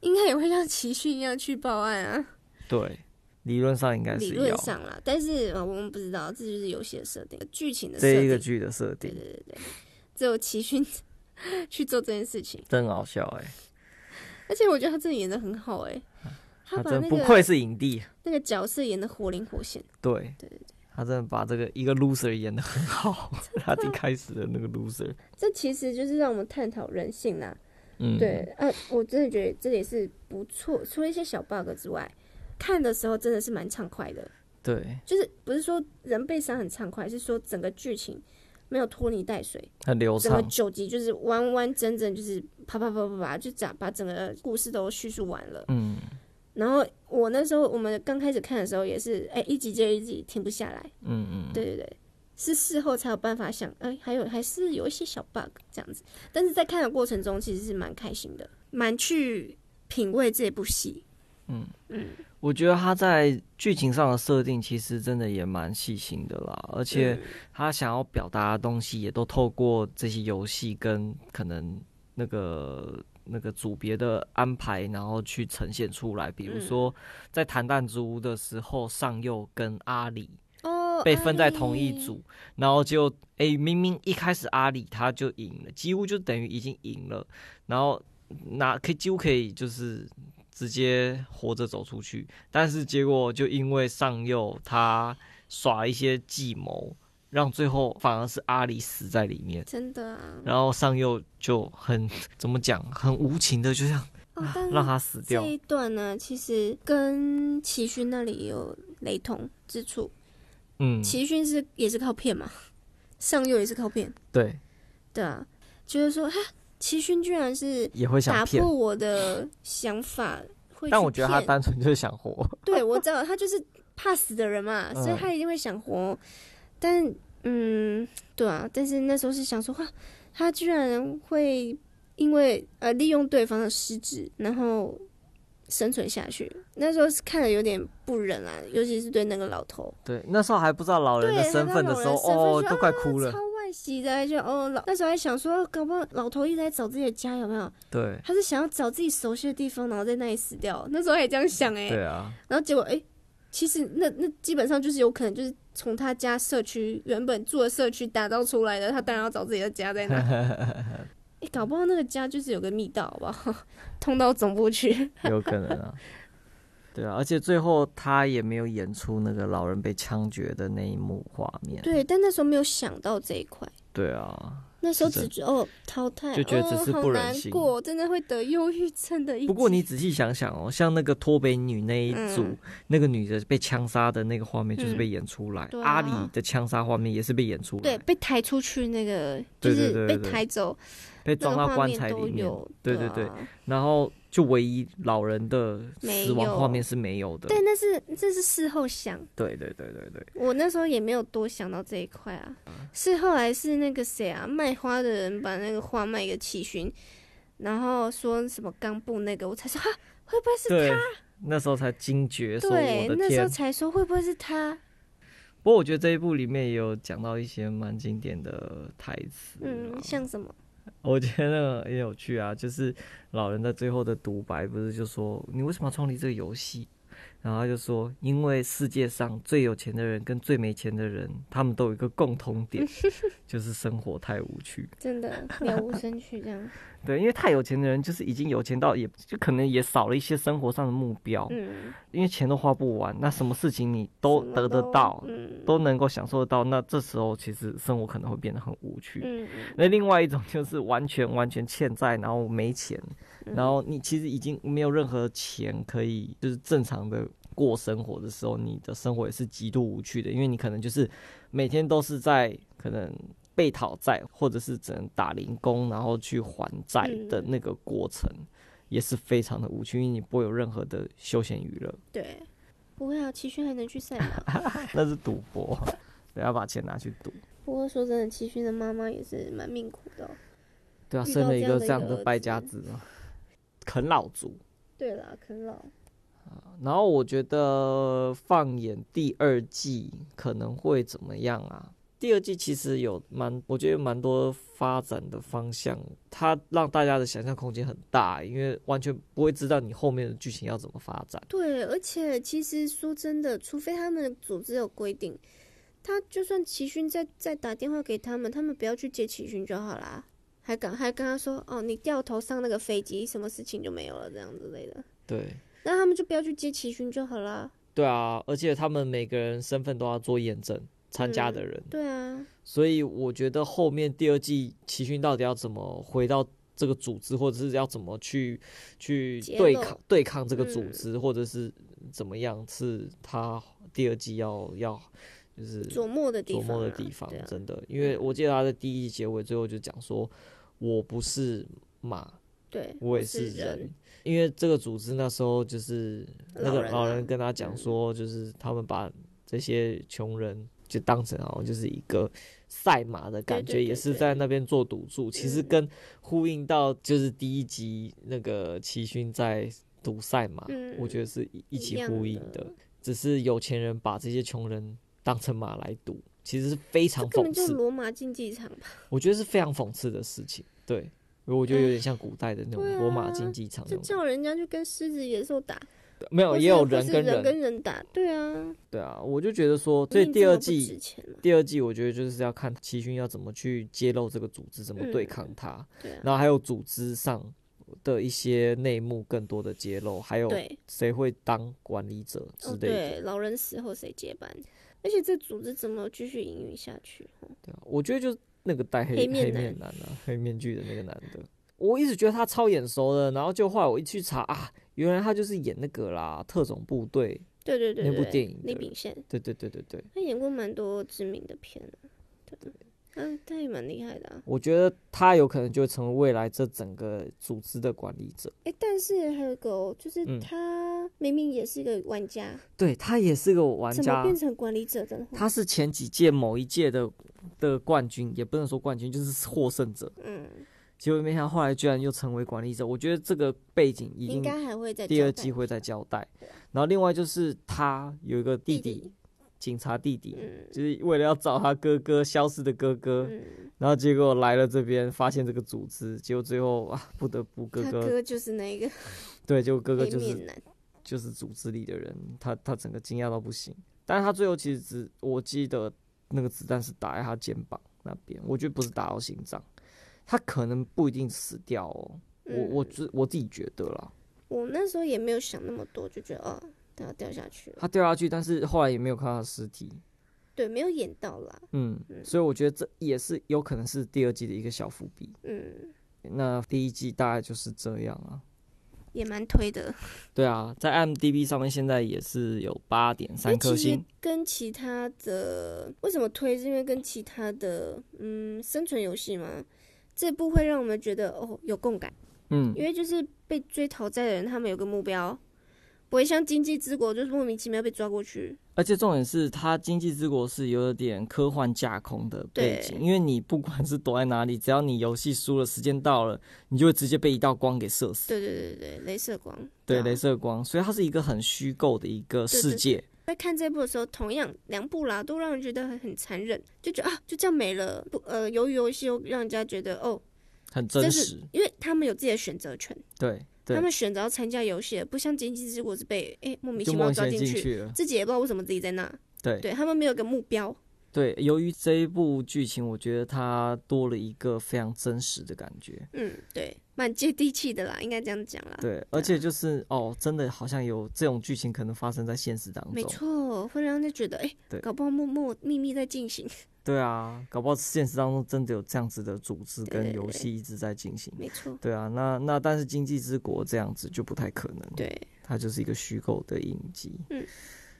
[SPEAKER 2] 应该也会像奇训一样去报案啊，
[SPEAKER 1] 对，理论上应该
[SPEAKER 2] 理
[SPEAKER 1] 是
[SPEAKER 2] 论
[SPEAKER 1] 要
[SPEAKER 2] 上啦。但是、呃我们不知道，这就是游戏的设定，剧情的设
[SPEAKER 1] 这一个
[SPEAKER 2] 定，
[SPEAKER 1] 剧的设定，
[SPEAKER 2] 只有奇训去做这件事情。
[SPEAKER 1] 真好笑哎、
[SPEAKER 2] 而且我觉得他真的演的很好哎、他
[SPEAKER 1] 他
[SPEAKER 2] 把
[SPEAKER 1] 真
[SPEAKER 2] 那
[SPEAKER 1] 不
[SPEAKER 2] 个
[SPEAKER 1] 愧是影帝，
[SPEAKER 2] 那个角色演的活灵活现。
[SPEAKER 1] 对
[SPEAKER 2] 对对对
[SPEAKER 1] 他真的把这个一个 loser 演的很好，他一开始的那个 loser，
[SPEAKER 2] 这其实就是让我们探讨人性啦。
[SPEAKER 1] 嗯，
[SPEAKER 2] 对，啊，我真的觉得这也是不错，除了一些小 bug 之外，看的时候真的是蛮畅快的。
[SPEAKER 1] 对，
[SPEAKER 2] 就是不是说人被伤很畅快，是说整个剧情没有拖泥带水，
[SPEAKER 1] 很流
[SPEAKER 2] 整个
[SPEAKER 1] 畅，
[SPEAKER 2] 九集就是完完整整就是啪啪啪啪啪就把把整个故事都叙述完了。
[SPEAKER 1] 嗯
[SPEAKER 2] 然后我那时候我们刚开始看的时候也是，哎，一集接一集停不下来。
[SPEAKER 1] 嗯嗯，
[SPEAKER 2] 对对对，是事后才有办法想，哎、还有还是有一些小 bug 这样子，但是在看的过程中其实是蛮开心的，蛮去品味这部戏。
[SPEAKER 1] 我觉得他在剧情上的设定其实真的也蛮细心的啦，而且他想要表达的东西也都透过这些游戏跟可能那个那个组别的安排，然后去呈现出来。
[SPEAKER 2] 嗯
[SPEAKER 1] 比如说在谈弹珠的时候，上右跟阿里 [laughs]
[SPEAKER 2] 哦，
[SPEAKER 1] 被分在同
[SPEAKER 2] 哎
[SPEAKER 1] 一组，然后就诶、明明一开始阿里他就赢了，几乎就等于已经赢了，然后拿可以几乎可以就是直接活着走出去，但是结果就因为上右他耍一些计谋，让最后反而是阿里死在里面，
[SPEAKER 2] 真的啊，
[SPEAKER 1] 然后上右就很怎么讲，很无情的就这样
[SPEAKER 2] 哦，但
[SPEAKER 1] 啊让
[SPEAKER 2] 是
[SPEAKER 1] 他死掉
[SPEAKER 2] 这。一段呢，其实跟齐勋那里也有雷同之处。
[SPEAKER 1] 嗯，
[SPEAKER 2] 齐勋是也是靠骗嘛，上右也是靠骗，
[SPEAKER 1] 对，
[SPEAKER 2] 对啊，就是说哈，齐勋居然是
[SPEAKER 1] 也会想
[SPEAKER 2] 打
[SPEAKER 1] 骗
[SPEAKER 2] 破，我的想法，会去
[SPEAKER 1] 但我觉得他
[SPEAKER 2] 骗
[SPEAKER 1] 单纯就是想活。
[SPEAKER 2] 对，我知道他就是怕死的人嘛，所以
[SPEAKER 1] 嗯
[SPEAKER 2] 他一定会想活。但嗯，对啊，但是那时候是想说，哇，他居然会因为呃利用对方的失职，然后生存下去。那时候是看了有点不忍啊，尤其是对那个老头，
[SPEAKER 1] 对，那时候还不知道老人的
[SPEAKER 2] 对
[SPEAKER 1] 身份的时候，
[SPEAKER 2] 还不知道老
[SPEAKER 1] 哦，
[SPEAKER 2] 人的身份啊
[SPEAKER 1] 都快哭了
[SPEAKER 2] 超。惋惜的，就哦老那时候还想说，搞不好老头一直在找自己的家，有没有？
[SPEAKER 1] 对，
[SPEAKER 2] 他是想要找自己熟悉的地方，然后在那里死掉。那时候还这样想哎、
[SPEAKER 1] 对啊，
[SPEAKER 2] 然后结果哎、诶其实那那基本上就是有可能就是从他家社区原本住的社区打造出来的，他当然要找自己的家 [laughs] 在哪。哎、搞不好那个家就是有个密道，好不好？ [laughs] 通到总部去。
[SPEAKER 1] 有可能
[SPEAKER 2] [laughs]
[SPEAKER 1] 啊。对啊，而且最后他也没有演出那个老人被枪决的那一幕画面。
[SPEAKER 2] 对，但那时候没有想到这一块，
[SPEAKER 1] 对啊，
[SPEAKER 2] 那时候
[SPEAKER 1] 是
[SPEAKER 2] 只
[SPEAKER 1] 的
[SPEAKER 2] 觉得哦淘汰，
[SPEAKER 1] 就觉得只是
[SPEAKER 2] 哦、
[SPEAKER 1] 不
[SPEAKER 2] 好
[SPEAKER 1] 忍
[SPEAKER 2] 难
[SPEAKER 1] 心
[SPEAKER 2] 过，真的会得忧郁症的一集。
[SPEAKER 1] 不过你仔细想想哦，像那个脱北女那一组，
[SPEAKER 2] 嗯
[SPEAKER 1] 那个女的被枪杀的那个画面就是
[SPEAKER 2] 嗯
[SPEAKER 1] 被演出来，
[SPEAKER 2] 对啊
[SPEAKER 1] 阿里的枪杀画面也是被演出来，
[SPEAKER 2] 对被抬出去那个，就
[SPEAKER 1] 对对
[SPEAKER 2] 是
[SPEAKER 1] 对
[SPEAKER 2] 被
[SPEAKER 1] 对
[SPEAKER 2] 抬走，
[SPEAKER 1] 被
[SPEAKER 2] 那
[SPEAKER 1] 装
[SPEAKER 2] 个
[SPEAKER 1] 到
[SPEAKER 2] 画
[SPEAKER 1] 棺
[SPEAKER 2] 面
[SPEAKER 1] 材
[SPEAKER 2] 都
[SPEAKER 1] 里面。
[SPEAKER 2] 有。
[SPEAKER 1] 对
[SPEAKER 2] 对
[SPEAKER 1] 对对
[SPEAKER 2] 啊
[SPEAKER 1] 然后就唯一老人的
[SPEAKER 2] 没
[SPEAKER 1] 死
[SPEAKER 2] 有
[SPEAKER 1] 亡画面是没有的。
[SPEAKER 2] 但那是这是事后想。
[SPEAKER 1] 对对对对对，
[SPEAKER 2] 我那时候也没有多想到这一块啊，是后来是那个谁啊，卖花的人把那个花卖给齐勋，然后说什么冈部那个，我才说哈，会不会是
[SPEAKER 1] 对，那时候才惊觉说我
[SPEAKER 2] 对
[SPEAKER 1] 的，
[SPEAKER 2] 那时候
[SPEAKER 1] 天，
[SPEAKER 2] 才说会不会是他？
[SPEAKER 1] 不过我觉得这一部里面也有讲到一些蛮经典的台词、啊
[SPEAKER 2] 嗯，像什么？
[SPEAKER 1] 我觉得那个也有趣啊，就是老人在最后的独白，不是就说你为什么要创立这个游戏？然后他就说，因为世界上最有钱的人跟最没钱的人，他们都有一个共通
[SPEAKER 2] [laughs]
[SPEAKER 1] 点，就是生活太无趣。
[SPEAKER 2] 真的了无生趣
[SPEAKER 1] [laughs]
[SPEAKER 2] 这样，
[SPEAKER 1] 对，因为太有钱的人就是已经有钱到也就可能也少了一些生活上的目标，
[SPEAKER 2] 嗯，
[SPEAKER 1] 因为钱都花不完，那什么事情你哦都
[SPEAKER 2] 什么
[SPEAKER 1] 得得到，
[SPEAKER 2] 嗯
[SPEAKER 1] 都能够享受得到，那这时候其实生活可能会变得很无趣。
[SPEAKER 2] 嗯嗯
[SPEAKER 1] 那另外一种就是完全完全欠债，然后没钱，然后你其实已经没有任何钱可以就是正常的过生活的时候，你的生活也是极度无趣的，因为你可能就是每天都是在可能被讨债，或者是只能打零工，然后去还债的那个过程。也是非常的无趣，因为你不会有任何的休闲娱乐，
[SPEAKER 2] 对，不会啊，齐勋还能去赛马。
[SPEAKER 1] [laughs] 那是赌博， [laughs] 对，要把钱拿去赌。
[SPEAKER 2] 不过说真的，齐勋的妈妈也是蛮命苦的哦、
[SPEAKER 1] 对啊，
[SPEAKER 2] 遇到
[SPEAKER 1] 生了一
[SPEAKER 2] 这样
[SPEAKER 1] 个
[SPEAKER 2] 的
[SPEAKER 1] 这
[SPEAKER 2] 一
[SPEAKER 1] 样
[SPEAKER 2] 个
[SPEAKER 1] 的
[SPEAKER 2] 儿
[SPEAKER 1] 败
[SPEAKER 2] 子
[SPEAKER 1] 家子啊嘛， [laughs] 啃老族。
[SPEAKER 2] 对啦，啃老，
[SPEAKER 1] 然后我觉得放眼第二季可能会怎么样啊？第二季其实有蛮，我觉得有蛮多发展的方向，它让大家的想象空间很大，欸因为完全不会知道你后面的剧情要怎么发展。
[SPEAKER 2] 对，而且其实说真的，除非他们组织有规定，他就算齐勋再再打电话给他们，他们不要去接齐勋就好啦。还敢还跟他说哦，你掉头上那个飞机，什么事情就没有了，这样之类的。
[SPEAKER 1] 对，
[SPEAKER 2] 那他们就不要去接齐勋就好啦。
[SPEAKER 1] 对啊，而且他们每个人身份都要做验证，参
[SPEAKER 2] 嗯
[SPEAKER 1] 加的人，
[SPEAKER 2] 对啊，
[SPEAKER 1] 所以我觉得后面第二季齐勋到底要怎么回到这个组织，或者是要怎么去去
[SPEAKER 2] 揭
[SPEAKER 1] 对
[SPEAKER 2] 露
[SPEAKER 1] 抗对抗这个组
[SPEAKER 2] 嗯
[SPEAKER 1] 织，或者是怎么样，是他第二季要要就是
[SPEAKER 2] 琢磨的地
[SPEAKER 1] 琢
[SPEAKER 2] 方、啊，
[SPEAKER 1] 磨的地方
[SPEAKER 2] 对，啊，
[SPEAKER 1] 真的，因为我记得他在第一季结尾最后就讲说，我不是马，
[SPEAKER 2] 对，
[SPEAKER 1] 我也
[SPEAKER 2] 是
[SPEAKER 1] 是人，，因为这个组织那时候就是那
[SPEAKER 2] 老
[SPEAKER 1] 个
[SPEAKER 2] 人
[SPEAKER 1] 老
[SPEAKER 2] 啊
[SPEAKER 1] 人跟他讲说，就是他们把这些穷人就当成好像就是一个赛马的感
[SPEAKER 2] 对
[SPEAKER 1] 觉，
[SPEAKER 2] 对
[SPEAKER 1] 也
[SPEAKER 2] 对
[SPEAKER 1] 是
[SPEAKER 2] 对
[SPEAKER 1] 在那边做赌注。其实
[SPEAKER 2] 嗯
[SPEAKER 1] 跟呼应到就是第一集那个齐勋在独赛嘛，
[SPEAKER 2] 嗯
[SPEAKER 1] 我觉得是一一
[SPEAKER 2] 一
[SPEAKER 1] 起
[SPEAKER 2] 样
[SPEAKER 1] 呼应
[SPEAKER 2] 的
[SPEAKER 1] 只是有钱人把这些穷人当成马来赌，其实是非常
[SPEAKER 2] 这根
[SPEAKER 1] 讽
[SPEAKER 2] 本就
[SPEAKER 1] 刺
[SPEAKER 2] 罗马竞技场吧？
[SPEAKER 1] 我觉得是非常讽刺的事情。对，我觉得有点像古代的那种
[SPEAKER 2] 对啊
[SPEAKER 1] 罗马竞技场那
[SPEAKER 2] 就
[SPEAKER 1] 种感
[SPEAKER 2] 叫人家就跟狮子野兽打，
[SPEAKER 1] 觉，没有
[SPEAKER 2] 或
[SPEAKER 1] 哦也
[SPEAKER 2] 是
[SPEAKER 1] 有
[SPEAKER 2] 或
[SPEAKER 1] 人
[SPEAKER 2] 是
[SPEAKER 1] 跟
[SPEAKER 2] 人
[SPEAKER 1] 人。
[SPEAKER 2] 跟人打，对啊，
[SPEAKER 1] 对啊，我就觉得说，所以
[SPEAKER 2] 命
[SPEAKER 1] 第
[SPEAKER 2] 这
[SPEAKER 1] 二
[SPEAKER 2] 么不值
[SPEAKER 1] 季，
[SPEAKER 2] 钱了，
[SPEAKER 1] 第二季我觉得就是要看齐勋要怎么去揭露这个组织，怎么对
[SPEAKER 2] 嗯
[SPEAKER 1] 抗它，
[SPEAKER 2] 对啊，
[SPEAKER 1] 然后还有组织上的一些内幕更多的揭露，还有
[SPEAKER 2] 对，
[SPEAKER 1] 谁会当管理者之
[SPEAKER 2] 哦
[SPEAKER 1] 类的。
[SPEAKER 2] 对，老人死后谁接班？而且这组织怎么继续营运下去？
[SPEAKER 1] 对啊，我觉得就是那个戴黑
[SPEAKER 2] 黑面男
[SPEAKER 1] 男啊，黑面具的那个男的，我一直觉得他超眼熟的，然后就后来我一去查啊，原来他就是演那个啦，特种部队。
[SPEAKER 2] 对对对
[SPEAKER 1] 那
[SPEAKER 2] 对，
[SPEAKER 1] 部电影
[SPEAKER 2] 李
[SPEAKER 1] 的
[SPEAKER 2] 秉宪，
[SPEAKER 1] 对对对对对，
[SPEAKER 2] 他演过蛮多知名的片的，对，嗯，他也蛮厉害的、啊。
[SPEAKER 1] 我觉得他有可能就成为未来这整个组织的管理者。
[SPEAKER 2] 哎、但是还有一个、哦，就是
[SPEAKER 1] 嗯
[SPEAKER 2] 他明明也是一个玩家，
[SPEAKER 1] 对他也是个玩
[SPEAKER 2] 怎么
[SPEAKER 1] 家，
[SPEAKER 2] 变成管理者的呢？
[SPEAKER 1] 他是前几届某一届的的冠军，也不能说冠军，就是获胜者。
[SPEAKER 2] 嗯，
[SPEAKER 1] 结果没想到后来居然又成为管理者，我觉得这个背景已
[SPEAKER 2] 应
[SPEAKER 1] 经
[SPEAKER 2] 该还会再
[SPEAKER 1] 第二
[SPEAKER 2] 交代
[SPEAKER 1] 季会再交代。然后另外就是他有一个弟
[SPEAKER 2] 啊弟
[SPEAKER 1] 弟，警察弟弟，
[SPEAKER 2] 嗯
[SPEAKER 1] 就是为了要找他哥哥消失的哥哥，
[SPEAKER 2] 嗯，
[SPEAKER 1] 然后结果来了这边，发现这个组织，结果最后啊不得不哥
[SPEAKER 2] 他
[SPEAKER 1] 哥
[SPEAKER 2] 哥就是那个
[SPEAKER 1] 对，结果哥哥
[SPEAKER 2] 黑
[SPEAKER 1] 就是
[SPEAKER 2] 面男，
[SPEAKER 1] 就是组织里的人，他他整个惊讶到不行。但是他最后其实只我记得那个子弹是打在他肩膀那边，我觉得不是打到心脏，他可能不一定死掉哦。我我
[SPEAKER 2] 嗯
[SPEAKER 1] 自我自己觉得啦，
[SPEAKER 2] 我那时候也没有想那么多，就觉得哦，他要掉下去了，
[SPEAKER 1] 他掉下去，但是后来也没有看到他的尸体。
[SPEAKER 2] 对，没有演到啦，
[SPEAKER 1] 嗯，所以我觉得这也是有可能是第二季的一个小伏笔。
[SPEAKER 2] 嗯，
[SPEAKER 1] 那第一季大概就是这样啊。
[SPEAKER 2] 也蛮推的。
[SPEAKER 1] 对啊，在 m d b 上面现在也是有八点
[SPEAKER 2] 因为
[SPEAKER 1] 三颗
[SPEAKER 2] 其实
[SPEAKER 1] 星。
[SPEAKER 2] 跟其他的为什么推，是因为跟其他的嗯生存游戏嘛，这部会让我们觉得哦有共感，
[SPEAKER 1] 嗯
[SPEAKER 2] 因为就是被追讨债的人，他们有个目标，不会像经济之国就是莫名其妙被抓过去。
[SPEAKER 1] 而且重点是，它《经济之国》是有点科幻架空的背景，
[SPEAKER 2] 对
[SPEAKER 1] 因为你不管是躲在哪里，只要你游戏输了，时间到了，你就会直接被一道光给射死。
[SPEAKER 2] 对对对对，镭射光。
[SPEAKER 1] 对，
[SPEAKER 2] 啊
[SPEAKER 1] 镭射光，所以它是一个很虚构的一个
[SPEAKER 2] 对
[SPEAKER 1] 世
[SPEAKER 2] 对
[SPEAKER 1] 界。
[SPEAKER 2] 在看这部的时候，同样两部啦，都让人觉得很很残忍，就觉得啊，就这样没了。不，呃，由于游戏又让人家觉得哦，
[SPEAKER 1] 很
[SPEAKER 2] 这
[SPEAKER 1] 真
[SPEAKER 2] 是
[SPEAKER 1] 实，
[SPEAKER 2] 因为他们有自己的选择权，
[SPEAKER 1] 对对
[SPEAKER 2] 他，们选择要参加游戏了，不像经济之国是被哎、莫名
[SPEAKER 1] 就
[SPEAKER 2] 其
[SPEAKER 1] 莫
[SPEAKER 2] 妙
[SPEAKER 1] 名
[SPEAKER 2] 抓
[SPEAKER 1] 其
[SPEAKER 2] 进
[SPEAKER 1] 妙进
[SPEAKER 2] 去，
[SPEAKER 1] 去了。
[SPEAKER 2] 自己也不知道为什么自己在那。
[SPEAKER 1] 对
[SPEAKER 2] 对他们没有个目标，
[SPEAKER 1] 对，由于这一部剧情，我觉得它多了一个非常真实的感觉。
[SPEAKER 2] 嗯，对，蛮接地气的啦，应该这样讲啦。
[SPEAKER 1] 对，而且就是哦，真的好像有这种剧情可能发生在现实当
[SPEAKER 2] 没
[SPEAKER 1] 中。
[SPEAKER 2] 错，会让人家觉得哎、
[SPEAKER 1] 对
[SPEAKER 2] 搞不好默默秘密在进行。
[SPEAKER 1] 对啊，搞不好现实当中真的有这样子的组织
[SPEAKER 2] 对
[SPEAKER 1] 跟
[SPEAKER 2] 对
[SPEAKER 1] 游
[SPEAKER 2] 对
[SPEAKER 1] 戏一直在进行。
[SPEAKER 2] 没错，
[SPEAKER 1] 对啊，那那但是经济之国这样子就不太可能，，
[SPEAKER 2] 对，
[SPEAKER 1] 它就是一个虚构的影集。
[SPEAKER 2] 嗯，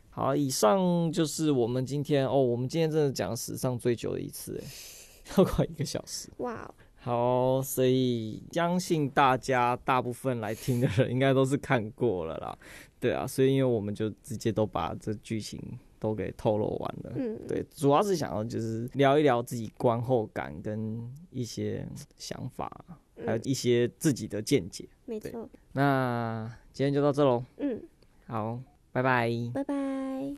[SPEAKER 1] 好，以上就是我们今天哦，我们今天真的讲史上最久的一次，哎， [laughs] 超过一个小时。
[SPEAKER 2] 哇哦，
[SPEAKER 1] 好，所以相信大家大部分来听的人应该都是看过了啦，对啊，所以因为我们就直接都把这剧情都给透露完了。
[SPEAKER 2] 嗯，
[SPEAKER 1] 对，主要是想要就是聊一聊自己观后感跟一些想法，还有
[SPEAKER 2] 嗯，
[SPEAKER 1] 一些自己的见解。
[SPEAKER 2] 没错，
[SPEAKER 1] 那今天就到这喽，
[SPEAKER 2] 嗯，
[SPEAKER 1] 好，拜拜。
[SPEAKER 2] 拜拜。